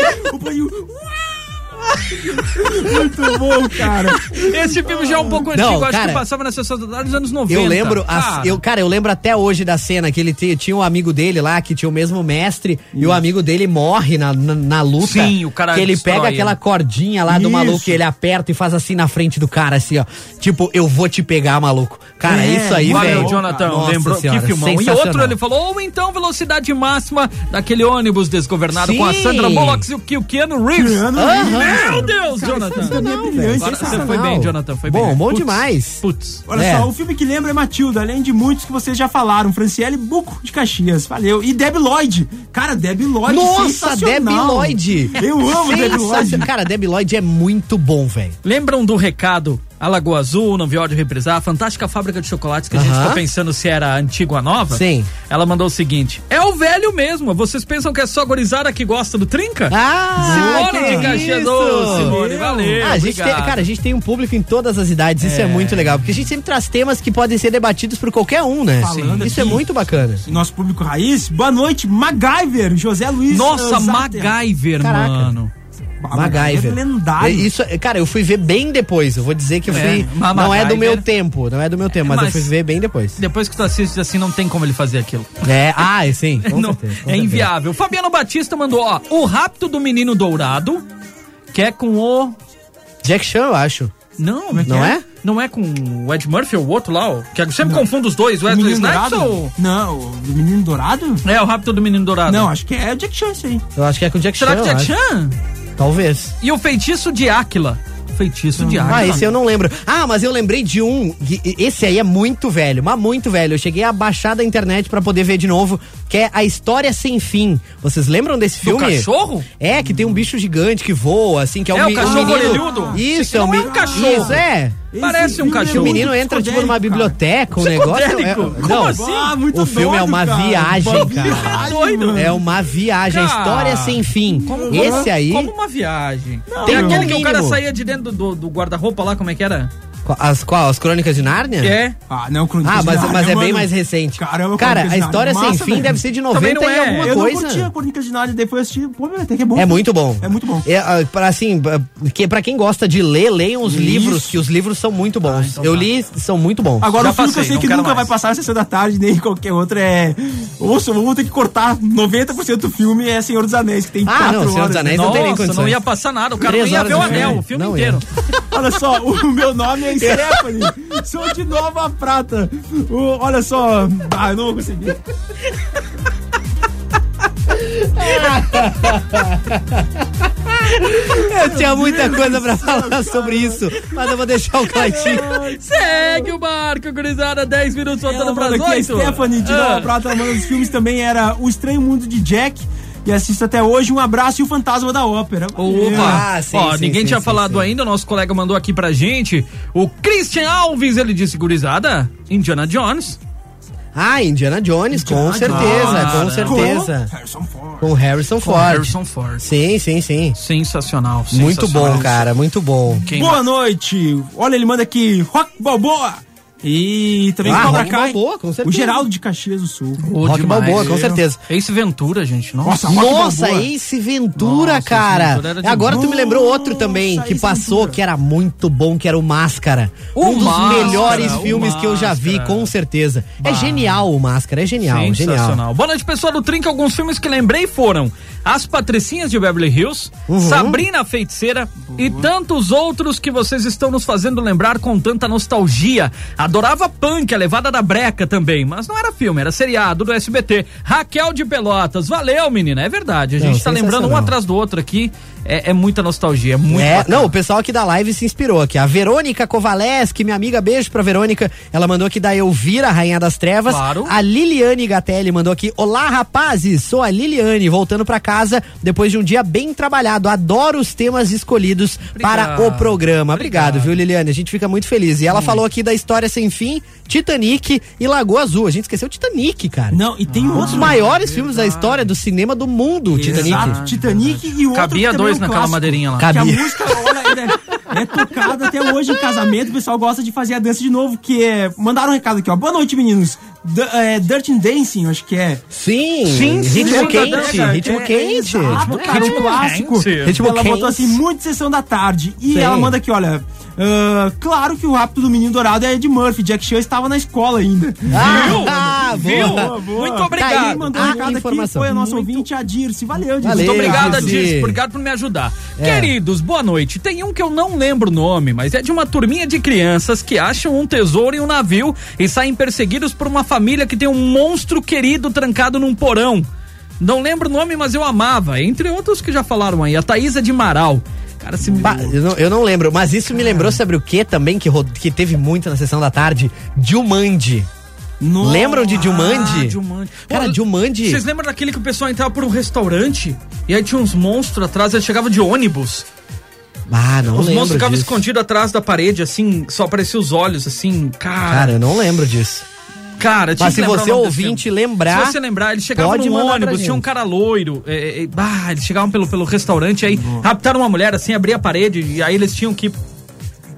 Speaker 5: é O banho- Muito bom, cara.
Speaker 4: Esse filme já é um pouco
Speaker 6: Não,
Speaker 4: antigo, acho
Speaker 6: cara,
Speaker 4: que passava na sessão da tarde dos anos 90.
Speaker 6: Eu lembro, a-
Speaker 4: cara.
Speaker 6: eu, cara, eu lembro até hoje da cena que ele te- tinha um amigo dele lá, que tinha o mesmo mestre, e o amigo dele morre na, na, na luta.
Speaker 4: Sim, o cara
Speaker 6: Que ele
Speaker 4: destrói
Speaker 6: pega
Speaker 4: ele.
Speaker 6: aquela cordinha lá do
Speaker 5: Isso.
Speaker 6: maluco e ele aperta e faz assim na frente do cara, assim, ó. Tipo, eu vou te pegar, maluco. Cara,
Speaker 5: É,
Speaker 6: isso aí,
Speaker 4: Valeu,
Speaker 6: velho.
Speaker 4: Jonathan,
Speaker 6: Nossa
Speaker 4: lembrou
Speaker 6: senhora,
Speaker 4: que filmão. E outro
Speaker 6: sensacional.
Speaker 4: ele falou, ou então velocidade máxima daquele ônibus desgovernado com a
Speaker 6: Sim.
Speaker 4: Sandra Bullock e o Ke- o Keanu Reeves.
Speaker 5: Keanu
Speaker 6: Aham.
Speaker 4: Meu Deus, Jonathan.
Speaker 5: filme é brilhante,
Speaker 4: Agora você
Speaker 5: sensacional.
Speaker 4: foi bem, Jonathan, foi
Speaker 6: Bom,
Speaker 4: bem. né?
Speaker 6: bom
Speaker 4: Putz,
Speaker 6: demais.
Speaker 4: Putz.
Speaker 5: Olha
Speaker 6: É.
Speaker 5: só, o filme que lembra é Matilda, além de muitos que vocês já falaram. Franciele Buco de Caxias, valeu. E Debbie Lloyd. Cara, Debbie Lloyd,
Speaker 6: Nossa,
Speaker 5: sensacional.
Speaker 6: Debbie Lloyd.
Speaker 5: Eu amo Debbie Lloyd.
Speaker 6: Sensacional. Cara, Debbie Lloyd é muito bom, velho.
Speaker 4: Lembram do recado? A Lagoa Azul, não vi ódio reprisar, a fantástica fábrica de chocolates que a gente
Speaker 6: Aham.
Speaker 4: ficou pensando se era antiga ou nova.
Speaker 6: Sim.
Speaker 4: Ela mandou o seguinte: É o velho mesmo. Vocês pensam que é só gorizada que gosta do trinca?
Speaker 6: Ah,
Speaker 4: Simone
Speaker 6: que
Speaker 4: de Caxias
Speaker 6: isso.
Speaker 4: do Simone, valeu.
Speaker 6: Ah, a gente tem,
Speaker 4: obrigado.
Speaker 6: cara, a gente tem um público em todas as idades, isso é. muito legal, porque a gente sempre traz temas que podem ser debatidos por qualquer um, né?
Speaker 5: Falando
Speaker 6: Isso é
Speaker 5: aqui-
Speaker 6: muito bacana.
Speaker 5: Nosso público raiz, boa noite, MacGyver, José Luiz.
Speaker 4: Nossa,
Speaker 5: eh, Zater.
Speaker 4: MacGyver,
Speaker 6: Caraca.
Speaker 4: mano.
Speaker 5: Ah,
Speaker 4: é
Speaker 6: MacGyver. É
Speaker 5: Lendário.
Speaker 6: Isso, cara, eu fui ver bem depois. Eu vou dizer que eu
Speaker 4: É,
Speaker 6: fui.
Speaker 4: mas
Speaker 6: não é do
Speaker 4: MacGyver-
Speaker 6: meu tempo, não é do meu tempo, mas,
Speaker 4: mas-
Speaker 6: eu fui ver bem depois.
Speaker 4: Depois que tu assiste assim, não tem como ele fazer aquilo.
Speaker 6: É, ah, é sim. com
Speaker 4: Não,
Speaker 6: certeza, com
Speaker 4: é
Speaker 6: certeza.
Speaker 4: inviável. Fabiano Batista mandou, ó, o rapto do menino dourado, que é com o.
Speaker 6: Jack Chan, eu acho.
Speaker 4: Não,
Speaker 6: Não é?
Speaker 4: Não é com o Ed Murphy ou o outro lá, ó, que eu sempre confundo os dois, o
Speaker 5: O
Speaker 4: Wesley
Speaker 5: Menino
Speaker 4: Snipes
Speaker 5: Dourado?
Speaker 4: ou...
Speaker 5: Não, o Menino Dourado?
Speaker 4: É, o rapto do menino dourado.
Speaker 5: Não, acho que é Jack Chan isso aí.
Speaker 6: Eu acho que é com o Jack
Speaker 4: Será que
Speaker 6: Chan. eu
Speaker 4: Jack
Speaker 6: acho.
Speaker 4: Chan?
Speaker 6: Talvez.
Speaker 4: E o feitiço de Áquila. O feitiço de Áquila.
Speaker 6: Ah, esse eu não lembro. Ah, mas eu lembrei de um. que- Esse aí é muito velho, mas muito velho. Eu cheguei a baixar da internet pra poder ver de novo, que é A História Sem Fim. Vocês lembram desse
Speaker 4: Do
Speaker 6: filme?
Speaker 4: cachorro?
Speaker 6: É, que tem um bicho gigante que voa, assim, que é,
Speaker 4: É,
Speaker 6: um
Speaker 4: o
Speaker 6: me-
Speaker 4: cachorro
Speaker 6: um menino-
Speaker 4: orelhudo.
Speaker 6: Isso,
Speaker 4: Esse
Speaker 6: um
Speaker 4: não é
Speaker 6: me-
Speaker 4: um cachorro.
Speaker 6: Isso, é.
Speaker 4: Parece um
Speaker 5: filme é
Speaker 4: cachorro.
Speaker 6: O menino
Speaker 5: muito
Speaker 6: entra, tipo, numa
Speaker 5: psicodélico, cara.
Speaker 6: biblioteca, um negócio... é-
Speaker 4: Psicodélico?
Speaker 6: não,
Speaker 4: Como assim?
Speaker 5: Ah, muito
Speaker 6: o filme é
Speaker 5: doido,
Speaker 6: uma
Speaker 5: cara.
Speaker 6: viagem,
Speaker 5: Uma
Speaker 6: cara.
Speaker 5: viagem,
Speaker 4: Doido.
Speaker 5: mano.
Speaker 6: É uma viagem, a
Speaker 4: Cara,
Speaker 6: história sem fim. Esse aí,
Speaker 4: Como uma viagem.
Speaker 6: Tem
Speaker 4: Tem
Speaker 6: um
Speaker 4: aquele que o
Speaker 6: mínimo.
Speaker 4: cara saía de dentro do, do guarda-roupa lá, como é que era?
Speaker 6: as, qual, as Crônicas de Nárnia?
Speaker 4: É.
Speaker 5: Ah, não, Crônicas
Speaker 6: Ah,
Speaker 5: de
Speaker 6: mas,
Speaker 5: Nárnia,
Speaker 6: mas é bem
Speaker 5: mano.
Speaker 6: mais recente.
Speaker 5: Caramba,
Speaker 6: cara,
Speaker 5: Crônicas
Speaker 6: a
Speaker 5: de
Speaker 6: história
Speaker 5: Nárnia,
Speaker 6: sem
Speaker 5: massa,
Speaker 6: fim
Speaker 5: velho.
Speaker 6: deve ser de
Speaker 4: Também
Speaker 6: 90
Speaker 4: não
Speaker 6: e
Speaker 4: é.
Speaker 6: alguma
Speaker 5: Eu não
Speaker 6: coisa.
Speaker 5: curti a Crônicas de Nárnia, depois assisti. Pô, meu, até que é bom.
Speaker 6: É muito bom.
Speaker 5: É muito bom.
Speaker 6: É, ah, pra, assim, pra- que, pra quem gosta de ler, leiam os livros, que os livros são muito bons. Eu li, são muito bons.
Speaker 5: Agora,
Speaker 4: Já
Speaker 5: o filme que
Speaker 4: passei,
Speaker 5: eu sei
Speaker 4: não
Speaker 5: que
Speaker 4: quero
Speaker 5: nunca
Speaker 4: mais.
Speaker 5: vai passar na sessão da tarde, nem qualquer outro, é. Ouça, vamos ter que cortar 90% do filme é Senhor dos Anéis, que tem
Speaker 6: Ah,
Speaker 5: quatro
Speaker 6: não, Senhor dos
Speaker 5: horas, né?
Speaker 6: Anéis Mas não
Speaker 4: Nossa,
Speaker 6: tem nem
Speaker 4: não,
Speaker 6: condições.
Speaker 4: ia passar nada. O cara
Speaker 6: Três
Speaker 4: não ia
Speaker 6: horas
Speaker 4: ver o
Speaker 6: de filme.
Speaker 4: anel, o filme
Speaker 6: Não ia.
Speaker 4: inteiro.
Speaker 5: Olha só, o meu nome é Stephanie. Sou de Nova Prata. O- olha só. Ah, eu não vou
Speaker 6: É
Speaker 5: conseguir.
Speaker 6: Eu tinha muita coisa pra falar sobre isso, mas eu vou deixar o Claitinho.
Speaker 4: Segue o barco, gurizada. 10 minutos
Speaker 6: É
Speaker 5: Ela
Speaker 4: voltando
Speaker 5: manda
Speaker 4: pras
Speaker 5: aqui, a
Speaker 4: 8.
Speaker 5: Stephanie de
Speaker 6: Ah.
Speaker 5: Nova Prata, ela manda dos filmes também era O Estranho Mundo de Jack. E assisto até hoje. Um abraço e o Fantasma da Ópera.
Speaker 4: Opa!
Speaker 6: Ah, sim,
Speaker 4: Ó,
Speaker 6: sim,
Speaker 4: ninguém
Speaker 6: sim,
Speaker 4: tinha
Speaker 6: sim,
Speaker 4: falado
Speaker 6: sim.
Speaker 4: ainda, o nosso colega mandou aqui pra gente. O Christian Alves, ele disse, gurizada, Indiana Jones.
Speaker 6: Ah, Indiana Jones, com
Speaker 5: Indiana
Speaker 6: certeza, com
Speaker 4: Jones.
Speaker 6: certeza.
Speaker 5: É. Harrison Ford.
Speaker 6: Com Harrison Ford.
Speaker 4: Harrison Ford.
Speaker 6: Sim, sim, sim.
Speaker 4: Sensacional,
Speaker 6: Muito
Speaker 4: sensacional.
Speaker 6: bom, cara, muito bom.
Speaker 4: Quem
Speaker 5: Boa noite. Olha, ele manda aqui Rock Balboa. E também
Speaker 6: Ah,
Speaker 5: Cobra
Speaker 6: Rock
Speaker 5: Kai.
Speaker 6: Balboa, com certeza.
Speaker 5: o Geraldo de Caxias do Sul.
Speaker 4: Ô,
Speaker 6: Rock
Speaker 4: demais.
Speaker 6: Balboa, com certeza.
Speaker 4: Ace Ventura, gente. Nossa.
Speaker 5: Nossa, Rock
Speaker 6: Nossa,
Speaker 5: Balboa.
Speaker 6: Ace Ventura,
Speaker 4: Nossa,
Speaker 6: cara.
Speaker 4: Ace Ventura era de
Speaker 6: Agora tu me lembrou
Speaker 5: Nossa,
Speaker 6: outro também que
Speaker 5: Ace
Speaker 6: passou,
Speaker 5: Ventura.
Speaker 6: que era muito bom, que era o Máscara.
Speaker 4: O
Speaker 6: um dos
Speaker 4: Máscara,
Speaker 6: melhores
Speaker 4: o
Speaker 6: filmes que eu já vi,
Speaker 4: Máscara.
Speaker 6: com certeza. É genial o Máscara, é genial, genial.
Speaker 4: Sensacional. Boa noite, pessoal do Trinca. Alguns filmes que lembrei foram As Patricinhas de Beverly Hills,
Speaker 6: Uhum.
Speaker 4: Sabrina a Feiticeira e tantos outros que vocês estão nos fazendo lembrar com tanta nostalgia. Adorava Punk, a levada da breca também, mas não era filme, era seriado do SBT. Raquel de Pelotas, valeu, menina, é verdade. A
Speaker 6: Não,
Speaker 4: gente tá lembrando um
Speaker 6: sensacional.
Speaker 4: atrás do outro aqui. é, é muita nostalgia, é muito.
Speaker 6: É,
Speaker 4: bacana.
Speaker 6: não, o pessoal aqui da live se inspirou aqui. A Verônica Kovaleski, minha amiga, beijo pra Verônica. Ela mandou aqui da Elvira, Rainha das Trevas.
Speaker 4: Claro.
Speaker 6: A Liliane Gatelli mandou aqui. Olá, rapazes, sou a Liliane, voltando pra casa depois de um dia bem trabalhado. Adoro os temas escolhidos para o
Speaker 4: Obrigado.
Speaker 6: programa. Obrigado,
Speaker 4: Obrigado.
Speaker 6: viu, Liliane? A gente fica muito feliz. E ela falou aqui da História Sem Fim, Titanic e Lagoa Azul. A gente esqueceu Titanic, cara.
Speaker 5: Não, e tem
Speaker 6: Um dos
Speaker 5: outro.
Speaker 4: é
Speaker 6: maiores filmes da história do cinema do mundo, o Titanic.
Speaker 5: Exato, Titanic e outro.
Speaker 4: Cabia
Speaker 5: que também
Speaker 4: dois
Speaker 5: é um
Speaker 4: naquela
Speaker 5: clássico,
Speaker 4: madeirinha lá.
Speaker 5: Que a
Speaker 6: Cabia.
Speaker 5: música, olha, ainda é, é tocada até hoje em casamento. O pessoal gosta de fazer a dança de novo, que é. Mandaram um recado aqui, ó. Boa noite, meninos. D é, Dirty Dancing, acho que é.
Speaker 6: Sim,
Speaker 4: Sim, sim,
Speaker 6: ritmo
Speaker 4: sim,
Speaker 6: quente,
Speaker 4: cara,
Speaker 6: ritmo
Speaker 5: É,
Speaker 6: quente.
Speaker 5: Exato, cara, um
Speaker 4: quente.
Speaker 5: clássico.
Speaker 4: Ritmo
Speaker 6: Ritmo
Speaker 5: ela
Speaker 6: quente.
Speaker 5: botou assim, muito sessão da tarde. E
Speaker 6: Sim.
Speaker 5: ela manda aqui, olha. ah, claro que o rápido do Menino Dourado é de Murphy. Jack Chan estava na escola ainda.
Speaker 6: Ah, ah,
Speaker 4: Viu?
Speaker 6: boa.
Speaker 4: Muito
Speaker 5: Tá aí,
Speaker 4: obrigado.
Speaker 5: mandou
Speaker 6: Ah,
Speaker 5: um recado aqui,
Speaker 6: informação.
Speaker 5: foi a nossa
Speaker 6: Muito-
Speaker 5: ouvinte, a Dirce. Valeu, Dirce.
Speaker 6: Valeu.
Speaker 4: Muito obrigado,
Speaker 6: Dirce.
Speaker 4: Adilson. Obrigado por me ajudar.
Speaker 6: É.
Speaker 4: Queridos, boa noite. Tem um que eu não lembro o nome, mas é de uma turminha de crianças que acham um tesouro em um navio e saem perseguidos por uma família que tem um monstro querido trancado num porão. Não lembro o nome, mas eu amava. Entre outros que já falaram aí. A Thaísa de Amaral. Cara, se...
Speaker 6: Ba- eu, não, eu não lembro, mas isso me lembrou sobre o que também, que, rod- que teve muito na sessão da tarde? Dilmandi.
Speaker 5: Nossa.
Speaker 6: Lembram de Dilmandi?
Speaker 4: Ah, Jumanji.
Speaker 6: Cara,
Speaker 4: Pô,
Speaker 6: Dilmandi.
Speaker 4: Vocês lembram daquele que o pessoal entrava por um restaurante e aí tinha uns monstros atrás, eles chegavam de ônibus.
Speaker 6: Ah, não
Speaker 4: Os
Speaker 6: lembro.
Speaker 4: monstros ficavam
Speaker 6: disso.
Speaker 4: escondidos atrás da parede, assim, só apareciam os olhos, assim,
Speaker 6: Cara,
Speaker 4: cara.
Speaker 6: eu não lembro disso.
Speaker 4: Cara, tinha
Speaker 6: Mas
Speaker 4: que
Speaker 6: se
Speaker 4: lembrar
Speaker 6: você
Speaker 4: o nome desse
Speaker 6: ouvinte
Speaker 4: filme.
Speaker 6: lembrar,
Speaker 4: Se você lembrar, eles chegavam
Speaker 6: pode
Speaker 4: no
Speaker 6: mandar pra
Speaker 4: ônibus, tinha um
Speaker 6: gente.
Speaker 4: cara loiro. é, é, é, bah, eles chegavam pelo, pelo restaurante, aí raptaram uma mulher, assim, abria a parede, e aí eles tinham que.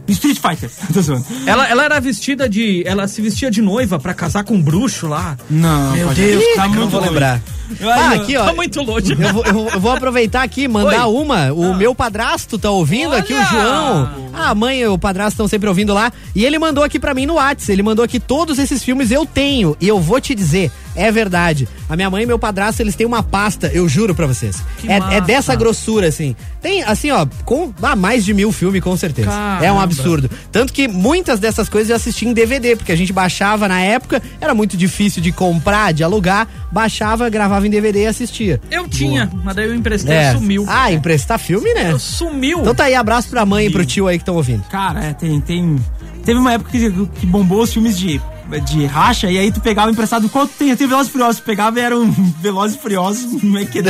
Speaker 5: Street Fighter. Tô zoando.
Speaker 4: Ela, ela era vestida de. Ela se vestia de noiva pra casar com um bruxo lá.
Speaker 5: Não,
Speaker 4: Meu
Speaker 5: pode-
Speaker 4: Deus, cara,
Speaker 5: Ih, tá
Speaker 4: eu
Speaker 5: muito
Speaker 6: não vou
Speaker 5: longe.
Speaker 6: lembrar. Ah, aqui, ó.
Speaker 4: Tá muito longe.
Speaker 6: Eu vou, eu vou- eu vou aproveitar aqui e mandar
Speaker 4: Oi. Ah.
Speaker 6: uma. O meu padrasto tá ouvindo aqui, o
Speaker 4: Olha!
Speaker 6: João. A mãe e o padrasto estão sempre ouvindo lá. E ele mandou aqui pra mim no Whats. Ele mandou aqui todos esses filmes eu tenho. E eu vou te dizer, é verdade. A minha mãe e meu padrasto, eles têm uma pasta, eu juro pra vocês.
Speaker 4: Que
Speaker 6: É, é
Speaker 4: massa.
Speaker 6: dessa grossura, assim. Tem, assim, ó, com ah, mais de mil filmes, com certeza. É um
Speaker 4: Caramba.
Speaker 6: absurdo. Tanto que muitas dessas coisas eu assisti em DVD, porque a gente baixava na época, era muito difícil de comprar, de alugar. Baixava, gravava em DVD e assistia.
Speaker 4: Eu tinha, mas daí eu emprestei
Speaker 6: É.
Speaker 4: e sumiu.
Speaker 6: Ah, emprestar filme, né?
Speaker 4: Sumiu.
Speaker 6: Então tá aí, abraço pra mãe e pro tio aí que estão ouvindo.
Speaker 5: Cara, é, tem, tem. Teve uma época que, que bombou os filmes de, de racha, e aí tu pegava emprestado. Qual tem? Tem Velozes e Furiosos. Tu pegava e eram Velozes e Furiosos, como é que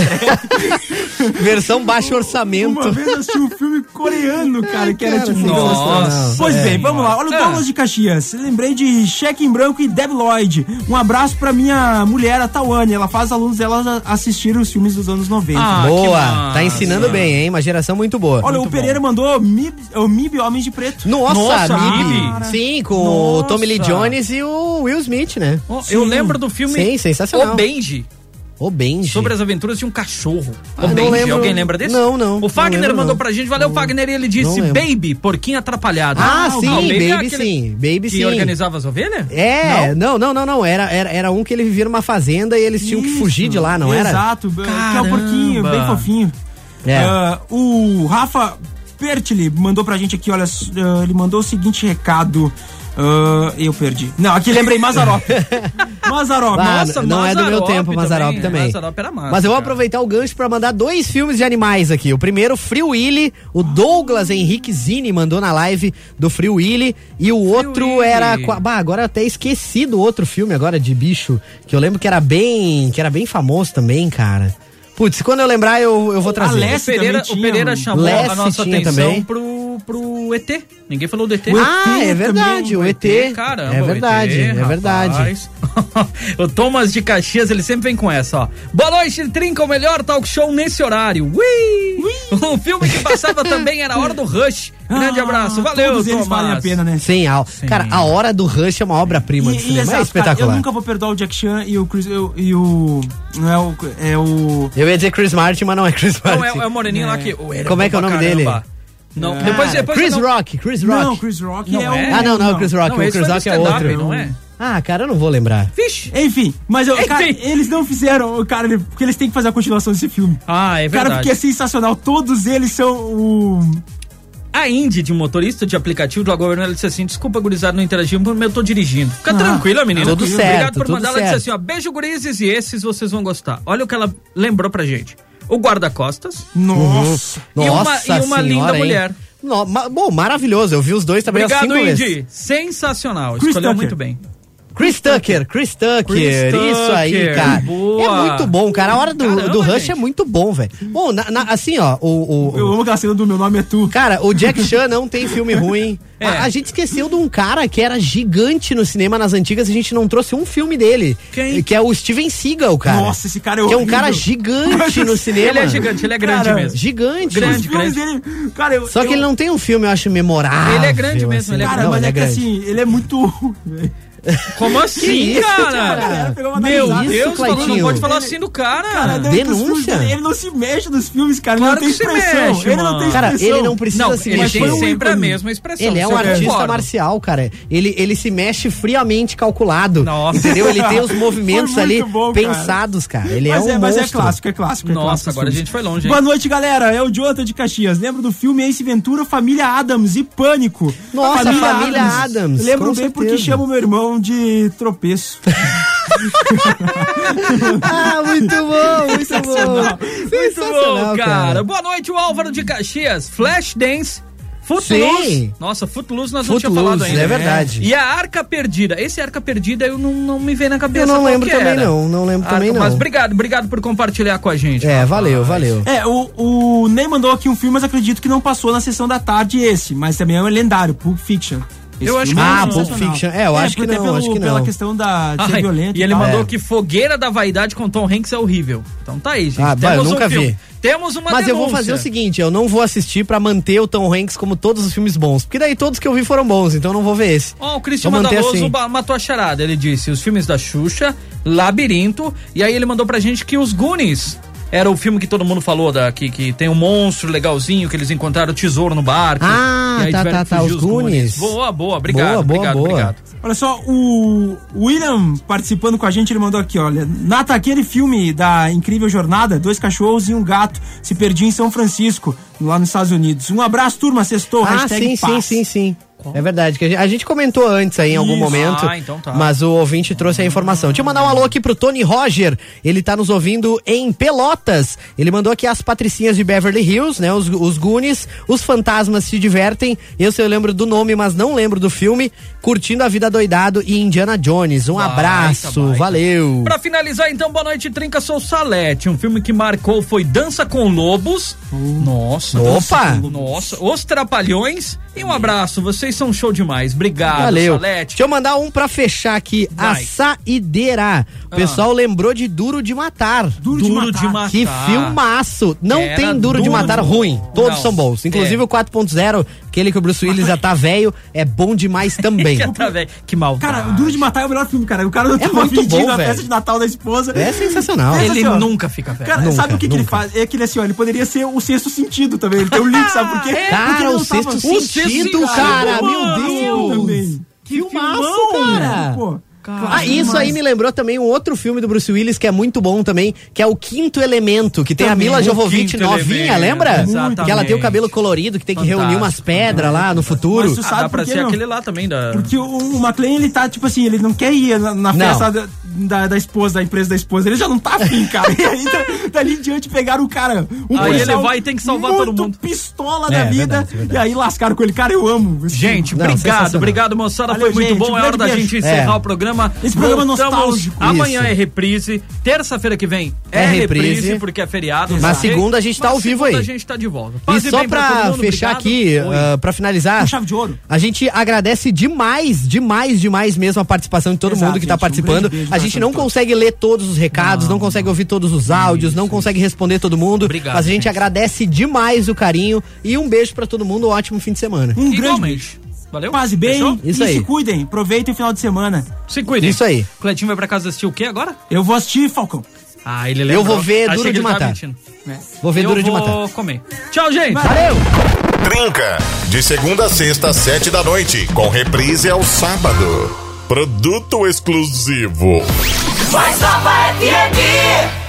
Speaker 6: Versão baixo orçamento.
Speaker 5: Uma vez eu assisti um filme coreano, cara, que era
Speaker 6: cara,
Speaker 5: tipo.
Speaker 6: sem
Speaker 5: Nossa.
Speaker 4: noção.
Speaker 5: Pois
Speaker 4: É.
Speaker 5: bem, vamos lá. Olha o
Speaker 4: Ah.
Speaker 5: Douglas de Caxias. Lembrei de Cheque em Branco e Deb Lloyd. Um abraço pra minha mulher, a Tawane. Ela faz alunos dela assistirem os filmes dos anos 90.
Speaker 4: Ah, que
Speaker 6: boa,
Speaker 4: massa.
Speaker 6: tá ensinando bem, hein? Uma geração muito boa.
Speaker 5: Olha, o Pereira mandou Mib, é o Mib Homens de Preto.
Speaker 6: Nossa,
Speaker 4: Nossa,
Speaker 6: Mimi.
Speaker 4: Mimi.
Speaker 6: Sim, com o
Speaker 4: Nossa.
Speaker 6: Tommy Lee Jones e o Will Smith, né?
Speaker 4: Oh, eu
Speaker 5: Sim.
Speaker 4: lembro do filme
Speaker 6: Sim, sensacional.
Speaker 4: O Benji,
Speaker 6: O Benji.
Speaker 4: sobre as aventuras de um cachorro.
Speaker 6: Ah,
Speaker 4: o
Speaker 6: não
Speaker 4: Benji,
Speaker 6: lembro.
Speaker 4: alguém lembra desse?
Speaker 6: Não, não,
Speaker 4: O
Speaker 6: não
Speaker 4: Fagner
Speaker 6: lembro,
Speaker 4: mandou
Speaker 6: não.
Speaker 4: pra gente, valeu Fagner, e ele disse,
Speaker 6: lembro.
Speaker 4: Baby, porquinho atrapalhado.
Speaker 6: Ah, sim,
Speaker 4: o
Speaker 6: Baby,
Speaker 4: é aquele
Speaker 6: sim, Baby,
Speaker 4: que
Speaker 6: sim.
Speaker 4: organizava as ovelhas?
Speaker 6: É, não, não, não, não. Era, era, era um que ele vivia numa fazenda e eles tinham que fugir de lá, não era?
Speaker 5: Exato, que é o
Speaker 4: Caramba.
Speaker 5: porquinho, bem fofinho.
Speaker 6: É.
Speaker 5: Ah, o Rafa Pertile mandou pra gente aqui, olha, s- ah, ele mandou o seguinte recado. Ah, eu perdi. Não, aqui lembrei Mazarop. Mazarop,
Speaker 6: Ah,
Speaker 5: nossa.
Speaker 6: n- não é do meu
Speaker 4: Mazzaropi
Speaker 6: tempo, Mazarop
Speaker 4: também,
Speaker 6: também.
Speaker 4: é, Mazzaropi era massa,
Speaker 6: Mas eu vou
Speaker 4: cara.
Speaker 6: aproveitar o gancho pra mandar dois filmes de animais aqui. O primeiro, Free Willy. O Douglas Henrique Zini mandou na live do Free Willy. E o outro
Speaker 4: Willy.
Speaker 6: era. qua- Bah, agora eu até esqueci do outro filme agora de bicho. Que eu lembro que era bem. que era bem famoso também, cara. Putz, quando eu lembrar, eu, eu vou trazer.
Speaker 4: O
Speaker 5: Alessi- Esse
Speaker 4: Pereira,
Speaker 5: também
Speaker 4: o
Speaker 5: tinha,
Speaker 4: Pereira
Speaker 5: mano.
Speaker 4: chamou
Speaker 6: Lessie
Speaker 4: a nossa
Speaker 6: tinha
Speaker 4: atenção
Speaker 6: também.
Speaker 4: pro, pro ET. Ninguém falou do ET.
Speaker 6: ah, é verdade,
Speaker 5: também,
Speaker 6: o
Speaker 5: o
Speaker 6: ET.
Speaker 4: Caramba,
Speaker 6: é
Speaker 4: o
Speaker 6: verdade,
Speaker 4: ET,
Speaker 6: é verdade.
Speaker 4: rapaz. o Thomas de Caxias, ele sempre vem com essa, ó. Boa noite, Trinca, o melhor talk show nesse horário. Ui! Um filme que passava também era a Hora do Rush. Grande
Speaker 5: Ah,
Speaker 4: abraço, valeu,
Speaker 5: Todos eles
Speaker 4: Thomas.
Speaker 5: valem a pena, né?
Speaker 6: Sim, Al. Cara, a hora do Rush é uma obra-prima de cinema. é
Speaker 5: cara,
Speaker 6: espetacular.
Speaker 5: eu nunca vou perdoar o Jack Chan e o Chris. eu- e o. Não é o. É o.
Speaker 6: Eu ia dizer Chris Martin, mas não é Chris Martin.
Speaker 4: Não, é, é o Moreninho lá que. oh, era
Speaker 6: Como é
Speaker 4: bom
Speaker 6: que é o
Speaker 4: pra
Speaker 6: nome dele?
Speaker 4: caramba. Não,
Speaker 5: É.
Speaker 6: Cara,
Speaker 4: depois, depois eu
Speaker 6: Ah, Chris
Speaker 4: não-
Speaker 6: Rock, Chris Rock.
Speaker 5: Não, Chris Rock
Speaker 4: Não
Speaker 5: é, o.
Speaker 4: é?
Speaker 6: Ah, não, não, o Chris Rock.
Speaker 4: Não,
Speaker 6: o
Speaker 4: esse foi
Speaker 6: Chris
Speaker 4: do
Speaker 6: Rock é
Speaker 4: stand-up,
Speaker 6: outro.
Speaker 4: não é?
Speaker 6: Ah, cara, eu não vou lembrar.
Speaker 4: Vixe!
Speaker 5: Enfim, mas eu, cara,
Speaker 4: Enfim.
Speaker 5: eles não fizeram. Cara, ele- porque eles têm que fazer a continuação desse filme.
Speaker 4: Ah, é
Speaker 5: Cara,
Speaker 4: verdade.
Speaker 5: porque é sensacional. Todos eles são o.
Speaker 4: A Indy, de um motorista de aplicativo do Agora, ela disse assim: desculpa, gurizada, não interagimos, mas eu tô dirigindo. Fica tranquila, menina.
Speaker 6: Ah, tudo
Speaker 4: Obrigado
Speaker 6: certo,
Speaker 4: por
Speaker 6: tudo
Speaker 4: mandar. Ela disse
Speaker 6: certo.
Speaker 4: assim: ó, beijo, gurizes, e esses vocês vão gostar. Olha o que ela lembrou pra gente. o guarda-costas
Speaker 5: Nossa.
Speaker 4: E uma-
Speaker 6: Nossa
Speaker 4: e uma linda
Speaker 6: senhora, hein?
Speaker 4: mulher.
Speaker 6: No- ma- bom, maravilhoso. Eu vi os dois também
Speaker 4: Obrigado,
Speaker 6: cinco vezes.
Speaker 4: Indy. Sensacional.
Speaker 5: Chris
Speaker 4: Escolheu
Speaker 5: Tucker.
Speaker 4: muito bem.
Speaker 6: Chris Tucker, Chris Tucker,
Speaker 4: Chris
Speaker 6: isso aí,
Speaker 4: Tucker,
Speaker 6: cara.
Speaker 4: boa.
Speaker 6: É muito bom, cara. A hora do,
Speaker 4: Caramba,
Speaker 6: do Rush é
Speaker 4: gente.
Speaker 6: muito bom, velho. Bom, na- na- assim, ó, o- o,
Speaker 5: Eu amo aquela cena do meu nome é tu.
Speaker 6: Cara, o Jack Chan não tem filme ruim.
Speaker 4: É.
Speaker 6: A, a gente esqueceu de um cara que era gigante no cinema nas antigas e a gente não trouxe um filme dele.
Speaker 4: Quem?
Speaker 6: Que é o Steven Seagal, cara.
Speaker 5: Nossa, esse cara é
Speaker 6: Que é um
Speaker 5: horrível.
Speaker 6: cara gigante no
Speaker 5: Ele
Speaker 6: cinema.
Speaker 4: Ele é gigante, ele é grande
Speaker 5: Cara,
Speaker 4: mesmo.
Speaker 6: Gigante.
Speaker 4: Grande.
Speaker 5: Os filmes dele- Cara, eu,
Speaker 6: Só que
Speaker 5: eu-
Speaker 6: ele não tem um filme, eu acho, memorável.
Speaker 4: Ele é grande mesmo, ele é
Speaker 5: Cara,
Speaker 4: Não,
Speaker 5: mas é, que
Speaker 6: grande.
Speaker 5: assim, ele é muito. velho.
Speaker 4: Como assim,
Speaker 6: isso,
Speaker 4: cara?
Speaker 6: cara?
Speaker 5: Pegou uma
Speaker 4: Meu
Speaker 5: analisada.
Speaker 6: Isso,
Speaker 4: Deus, falou, não
Speaker 6: Claitinho.
Speaker 4: pode falar assim do cara.
Speaker 5: Cara, dentro dos
Speaker 6: denúncia.
Speaker 5: filmes dele, ele não se mexe nos filmes, cara.
Speaker 4: Claro
Speaker 5: ele não
Speaker 4: que se
Speaker 5: tem expressão.
Speaker 4: mexe,
Speaker 5: ele não
Speaker 4: mano.
Speaker 5: tem expressão.
Speaker 6: Cara, ele não precisa
Speaker 4: não,
Speaker 6: se
Speaker 4: ele
Speaker 6: mexer.
Speaker 4: tem sempre a
Speaker 5: ícone.
Speaker 4: mesma expressão.
Speaker 6: um Ele é
Speaker 4: isso
Speaker 6: um
Speaker 4: eu
Speaker 6: artista
Speaker 4: concordo.
Speaker 6: marcial, cara. Ele, ele se mexe friamente calculado.
Speaker 4: Nossa.
Speaker 6: Entendeu? Ele tem os movimentos
Speaker 5: Foi muito
Speaker 6: ali
Speaker 5: bom, cara.
Speaker 6: pensados, cara. Ele
Speaker 5: mas
Speaker 6: é um
Speaker 5: mas
Speaker 6: monstro.
Speaker 5: é clássico, é clássico. é
Speaker 4: Nossa,
Speaker 5: clássico,
Speaker 4: agora a
Speaker 5: sim.
Speaker 4: gente foi longe, hein?
Speaker 5: Boa noite, galera. É o Jonathan de Caxias. Lembro do filme Ace Ventura, Família Adams e Pânico.
Speaker 6: Nossa, Família Addams,
Speaker 5: Lembro
Speaker 6: com
Speaker 5: bem porque
Speaker 6: certeza.
Speaker 5: chamo meu irmão de tropeço.
Speaker 6: Ah, muito bom, muito bom.
Speaker 4: Muito bom,
Speaker 6: Sensacional,
Speaker 4: cara. Boa noite, o Álvaro de Caxias. Flashdance. Footloose.
Speaker 6: Sim.
Speaker 4: Nossa, Footloose nós não tínhamos falado
Speaker 6: Footloose,
Speaker 4: ainda.
Speaker 6: é verdade.
Speaker 4: né? E a Arca Perdida. Esse Arca Perdida eu não, não me veio na cabeça.
Speaker 6: Eu não
Speaker 4: qual
Speaker 6: lembro
Speaker 4: que
Speaker 6: também
Speaker 4: era.
Speaker 6: não, não lembro
Speaker 4: Arca-
Speaker 6: também não.
Speaker 4: Mas obrigado, obrigado por compartilhar com a gente.
Speaker 6: É, valeu, valeu.
Speaker 5: É, o, o Ney mandou aqui um filme, mas acredito que não passou na sessão da tarde esse. Mas também é um lendário, Pulp Fiction. Esse
Speaker 4: Eu acho
Speaker 5: filme
Speaker 4: que
Speaker 5: é
Speaker 4: não. Ah,
Speaker 5: sensacional.
Speaker 6: Pulp Fiction. É, eu acho que
Speaker 5: até
Speaker 6: não,
Speaker 5: pelo-
Speaker 6: acho que
Speaker 5: Pela
Speaker 6: não.
Speaker 5: questão da, de ser
Speaker 4: Ai,
Speaker 5: violento.
Speaker 4: e ele
Speaker 5: tal.
Speaker 4: mandou
Speaker 6: É.
Speaker 4: que Fogueira da Vaidade com Tom Hanks é horrível. Então tá aí, gente.
Speaker 6: Ah, bah, eu nunca vi.
Speaker 4: filme. Temos uma
Speaker 6: Mas eu vou
Speaker 4: denúncia.
Speaker 6: fazer o seguinte, eu não vou assistir pra manter o Tom Hanks como todos os filmes bons, porque daí todos que eu vi foram bons, então eu não vou ver esse.
Speaker 4: Ó, o Cristian
Speaker 6: Vou manter
Speaker 4: Mandaloso
Speaker 6: assim.
Speaker 4: ba- matou a charada. Ele disse os filmes da Xuxa, Labirinto, e aí ele mandou pra gente que os Goonies era o filme que todo mundo falou da, que, que tem um monstro legalzinho, que eles encontraram o tesouro no barco.
Speaker 6: Ah,
Speaker 4: e aí
Speaker 6: tá,
Speaker 4: tiveram
Speaker 6: tá,
Speaker 4: que
Speaker 6: tá,
Speaker 4: fugir
Speaker 6: os Goonies.
Speaker 4: Boa, boa, obrigado,
Speaker 6: Boa, boa,
Speaker 4: obrigado,
Speaker 6: boa.
Speaker 4: obrigado.
Speaker 5: Olha só, o William participando com a gente, ele mandou aqui, olha. Nata, aquele filme da incrível jornada, dois cachorros e um gato se perdiam em São Francisco, lá nos Estados Unidos. Um abraço, turma, sextou,
Speaker 6: Ah,
Speaker 5: hashtag
Speaker 6: sim, sim,
Speaker 5: paz.
Speaker 6: sim, sim. É verdade, que a gente, a gente comentou antes aí em algum
Speaker 5: Isso.
Speaker 6: momento.
Speaker 4: Ah, então tá.
Speaker 6: Mas o ouvinte trouxe a informação. Deixa eu mandar um alô aqui pro Tony Roger. Ele tá nos ouvindo em Pelotas. Ele mandou aqui as Patricinhas de Beverly Hills, né? Os, os Goonies, os fantasmas se divertem. Eu sei, eu lembro do nome, mas não lembro do filme. Curtindo a vida doidado e Indiana Jones. Um
Speaker 4: Baita,
Speaker 6: abraço,
Speaker 4: baita.
Speaker 6: valeu.
Speaker 4: Pra finalizar, então, boa noite, Trinca. Sou Salete. Um filme que marcou foi Dança com Lobos. Nossa.
Speaker 6: Opa!
Speaker 4: Nossa, Os Trapalhões. E um abraço, vocês são show demais. Obrigado,
Speaker 6: Valeu.
Speaker 4: Salete.
Speaker 6: Deixa eu mandar um pra fechar aqui. A
Speaker 4: Vai. Ah.
Speaker 6: Saideira. O pessoal lembrou de Duro de Matar.
Speaker 5: Duro,
Speaker 4: Duro
Speaker 5: de
Speaker 4: de
Speaker 5: matar.
Speaker 4: matar.
Speaker 6: Que filmaço! Não
Speaker 4: Era
Speaker 6: tem duro, de
Speaker 4: duro.
Speaker 6: matar ruim. Todos
Speaker 4: Não.
Speaker 6: são bons. Inclusive
Speaker 4: É.
Speaker 6: o 4.0, aquele que o Bruce Willis já tá velho, é bom demais também.
Speaker 4: Que, tá, velho. que maldade.
Speaker 5: Cara, o Duro de Matar é o melhor filme, cara. O cara não
Speaker 6: É muito
Speaker 5: pedindo
Speaker 6: bom,
Speaker 5: a
Speaker 6: velho.
Speaker 5: festa de Natal da esposa.
Speaker 6: É sensacional.
Speaker 5: Pensa
Speaker 4: Ele
Speaker 5: assim, ó.
Speaker 4: nunca fica velho.
Speaker 5: Cara,
Speaker 6: Nunca,
Speaker 5: sabe o que, que ele
Speaker 6: nunca.
Speaker 5: faz? É que ele assim, ó, ele poderia ser o sexto sentido também. Ele tem um link, sabe por quê? Porque ele
Speaker 6: É, Cara,
Speaker 5: não
Speaker 6: o sexto
Speaker 5: tava- assim.
Speaker 6: sentido,
Speaker 4: sentido,
Speaker 6: cara,
Speaker 4: mano.
Speaker 6: meu Deus!
Speaker 5: Também.
Speaker 6: Que filmaço,
Speaker 5: Filmão,
Speaker 6: cara!
Speaker 5: pô.
Speaker 6: Ah, isso aí me lembrou também um outro filme do Bruce Willis que é muito bom também, que é o Quinto Elemento, que tem
Speaker 4: Também,
Speaker 6: a Mila
Speaker 4: o
Speaker 6: Jovovich
Speaker 4: Quinto
Speaker 6: novinha,
Speaker 4: Elemento,
Speaker 6: lembra?
Speaker 4: exatamente.
Speaker 6: Que ela tem o cabelo colorido, que tem que
Speaker 4: Fantástico.
Speaker 6: reunir umas pedras lá no futuro.
Speaker 5: Mas tu
Speaker 4: Ah,
Speaker 5: sabe
Speaker 4: dá pra
Speaker 5: por quê,
Speaker 4: ser
Speaker 5: não?
Speaker 4: aquele lá também da.
Speaker 5: Porque o, o McLean, ele tá, tipo assim, ele não quer ir na, na
Speaker 6: Não.
Speaker 5: festa da, da, da esposa, da empresa da esposa. Ele já não tá afim, cara. E aí, da- dali em diante, pegaram o cara. Um
Speaker 4: Aí
Speaker 5: policial
Speaker 4: ele vai e tem que salvar todo
Speaker 5: muito
Speaker 4: mundo.
Speaker 5: pistola
Speaker 6: É,
Speaker 5: da vida.
Speaker 6: verdade, verdade.
Speaker 5: E aí lascaram com ele. Cara, eu amo. esse
Speaker 4: Gente,
Speaker 6: Não,
Speaker 4: obrigado,
Speaker 6: sensacional.
Speaker 4: obrigado, moçada.
Speaker 5: Valeu,
Speaker 4: foi
Speaker 5: gente,
Speaker 4: muito bom.
Speaker 5: um
Speaker 4: é hora
Speaker 5: grande
Speaker 4: da
Speaker 5: beijo.
Speaker 4: gente encerrar
Speaker 6: É.
Speaker 4: o programa.
Speaker 5: Esse programa é nostálgico.
Speaker 4: Amanhã
Speaker 6: Isso.
Speaker 4: é reprise. Terça-feira que vem é,
Speaker 6: É
Speaker 4: reprise,
Speaker 6: reprise.
Speaker 4: porque é feriado.
Speaker 6: Mas
Speaker 4: ok?
Speaker 6: segunda a gente tá
Speaker 4: Mas
Speaker 6: ao vivo
Speaker 4: segunda
Speaker 6: aí.
Speaker 4: A gente tá de volta.
Speaker 6: E
Speaker 4: Paz
Speaker 6: só
Speaker 4: bem
Speaker 6: pra
Speaker 4: todo mundo, obrigado.
Speaker 6: fechar aqui,
Speaker 4: Oi.
Speaker 6: ah, pra finalizar.
Speaker 5: Com chave de ouro.
Speaker 6: A gente agradece demais, demais, demais mesmo a participação de todo
Speaker 5: Exato,
Speaker 6: mundo que tá
Speaker 5: gente, um
Speaker 6: participando.
Speaker 5: grande beijo
Speaker 6: a
Speaker 5: pra
Speaker 6: gente
Speaker 5: todos.
Speaker 6: não consegue ler todos os recados, não, consegue ouvir todos os áudios, não consegue responder todo mundo.
Speaker 4: Obrigado,
Speaker 6: mas a gente,
Speaker 4: gente.
Speaker 6: agradece demais o carinho e um beijo pra todo mundo, um ótimo fim de semana.
Speaker 5: Um grande beijo.
Speaker 4: Igualmente. Valeu?
Speaker 5: Paz e bem.
Speaker 4: Fechou?
Speaker 6: Isso
Speaker 5: e
Speaker 6: aí.
Speaker 5: se cuidem. Aproveitem o final de semana.
Speaker 4: Se cuidem.
Speaker 6: Isso aí.
Speaker 4: Cleitinho vai pra casa assistir o quê agora?
Speaker 5: Eu vou assistir, Falcão.
Speaker 4: Ah, ele lembrou.
Speaker 6: Eu vou ver
Speaker 4: Achei
Speaker 6: Duro
Speaker 4: que
Speaker 6: de
Speaker 4: ele tava
Speaker 6: Matar.
Speaker 4: mentindo.
Speaker 6: Vou ver
Speaker 4: Eu
Speaker 6: Duro de
Speaker 4: vou
Speaker 6: Matar.
Speaker 4: comer. Tchau, gente.
Speaker 6: Valeu!
Speaker 1: Trinca. De segunda a sexta, às sete da noite. Com reprise é ao sábado. Produto exclusivo.
Speaker 7: Mais Nova FM.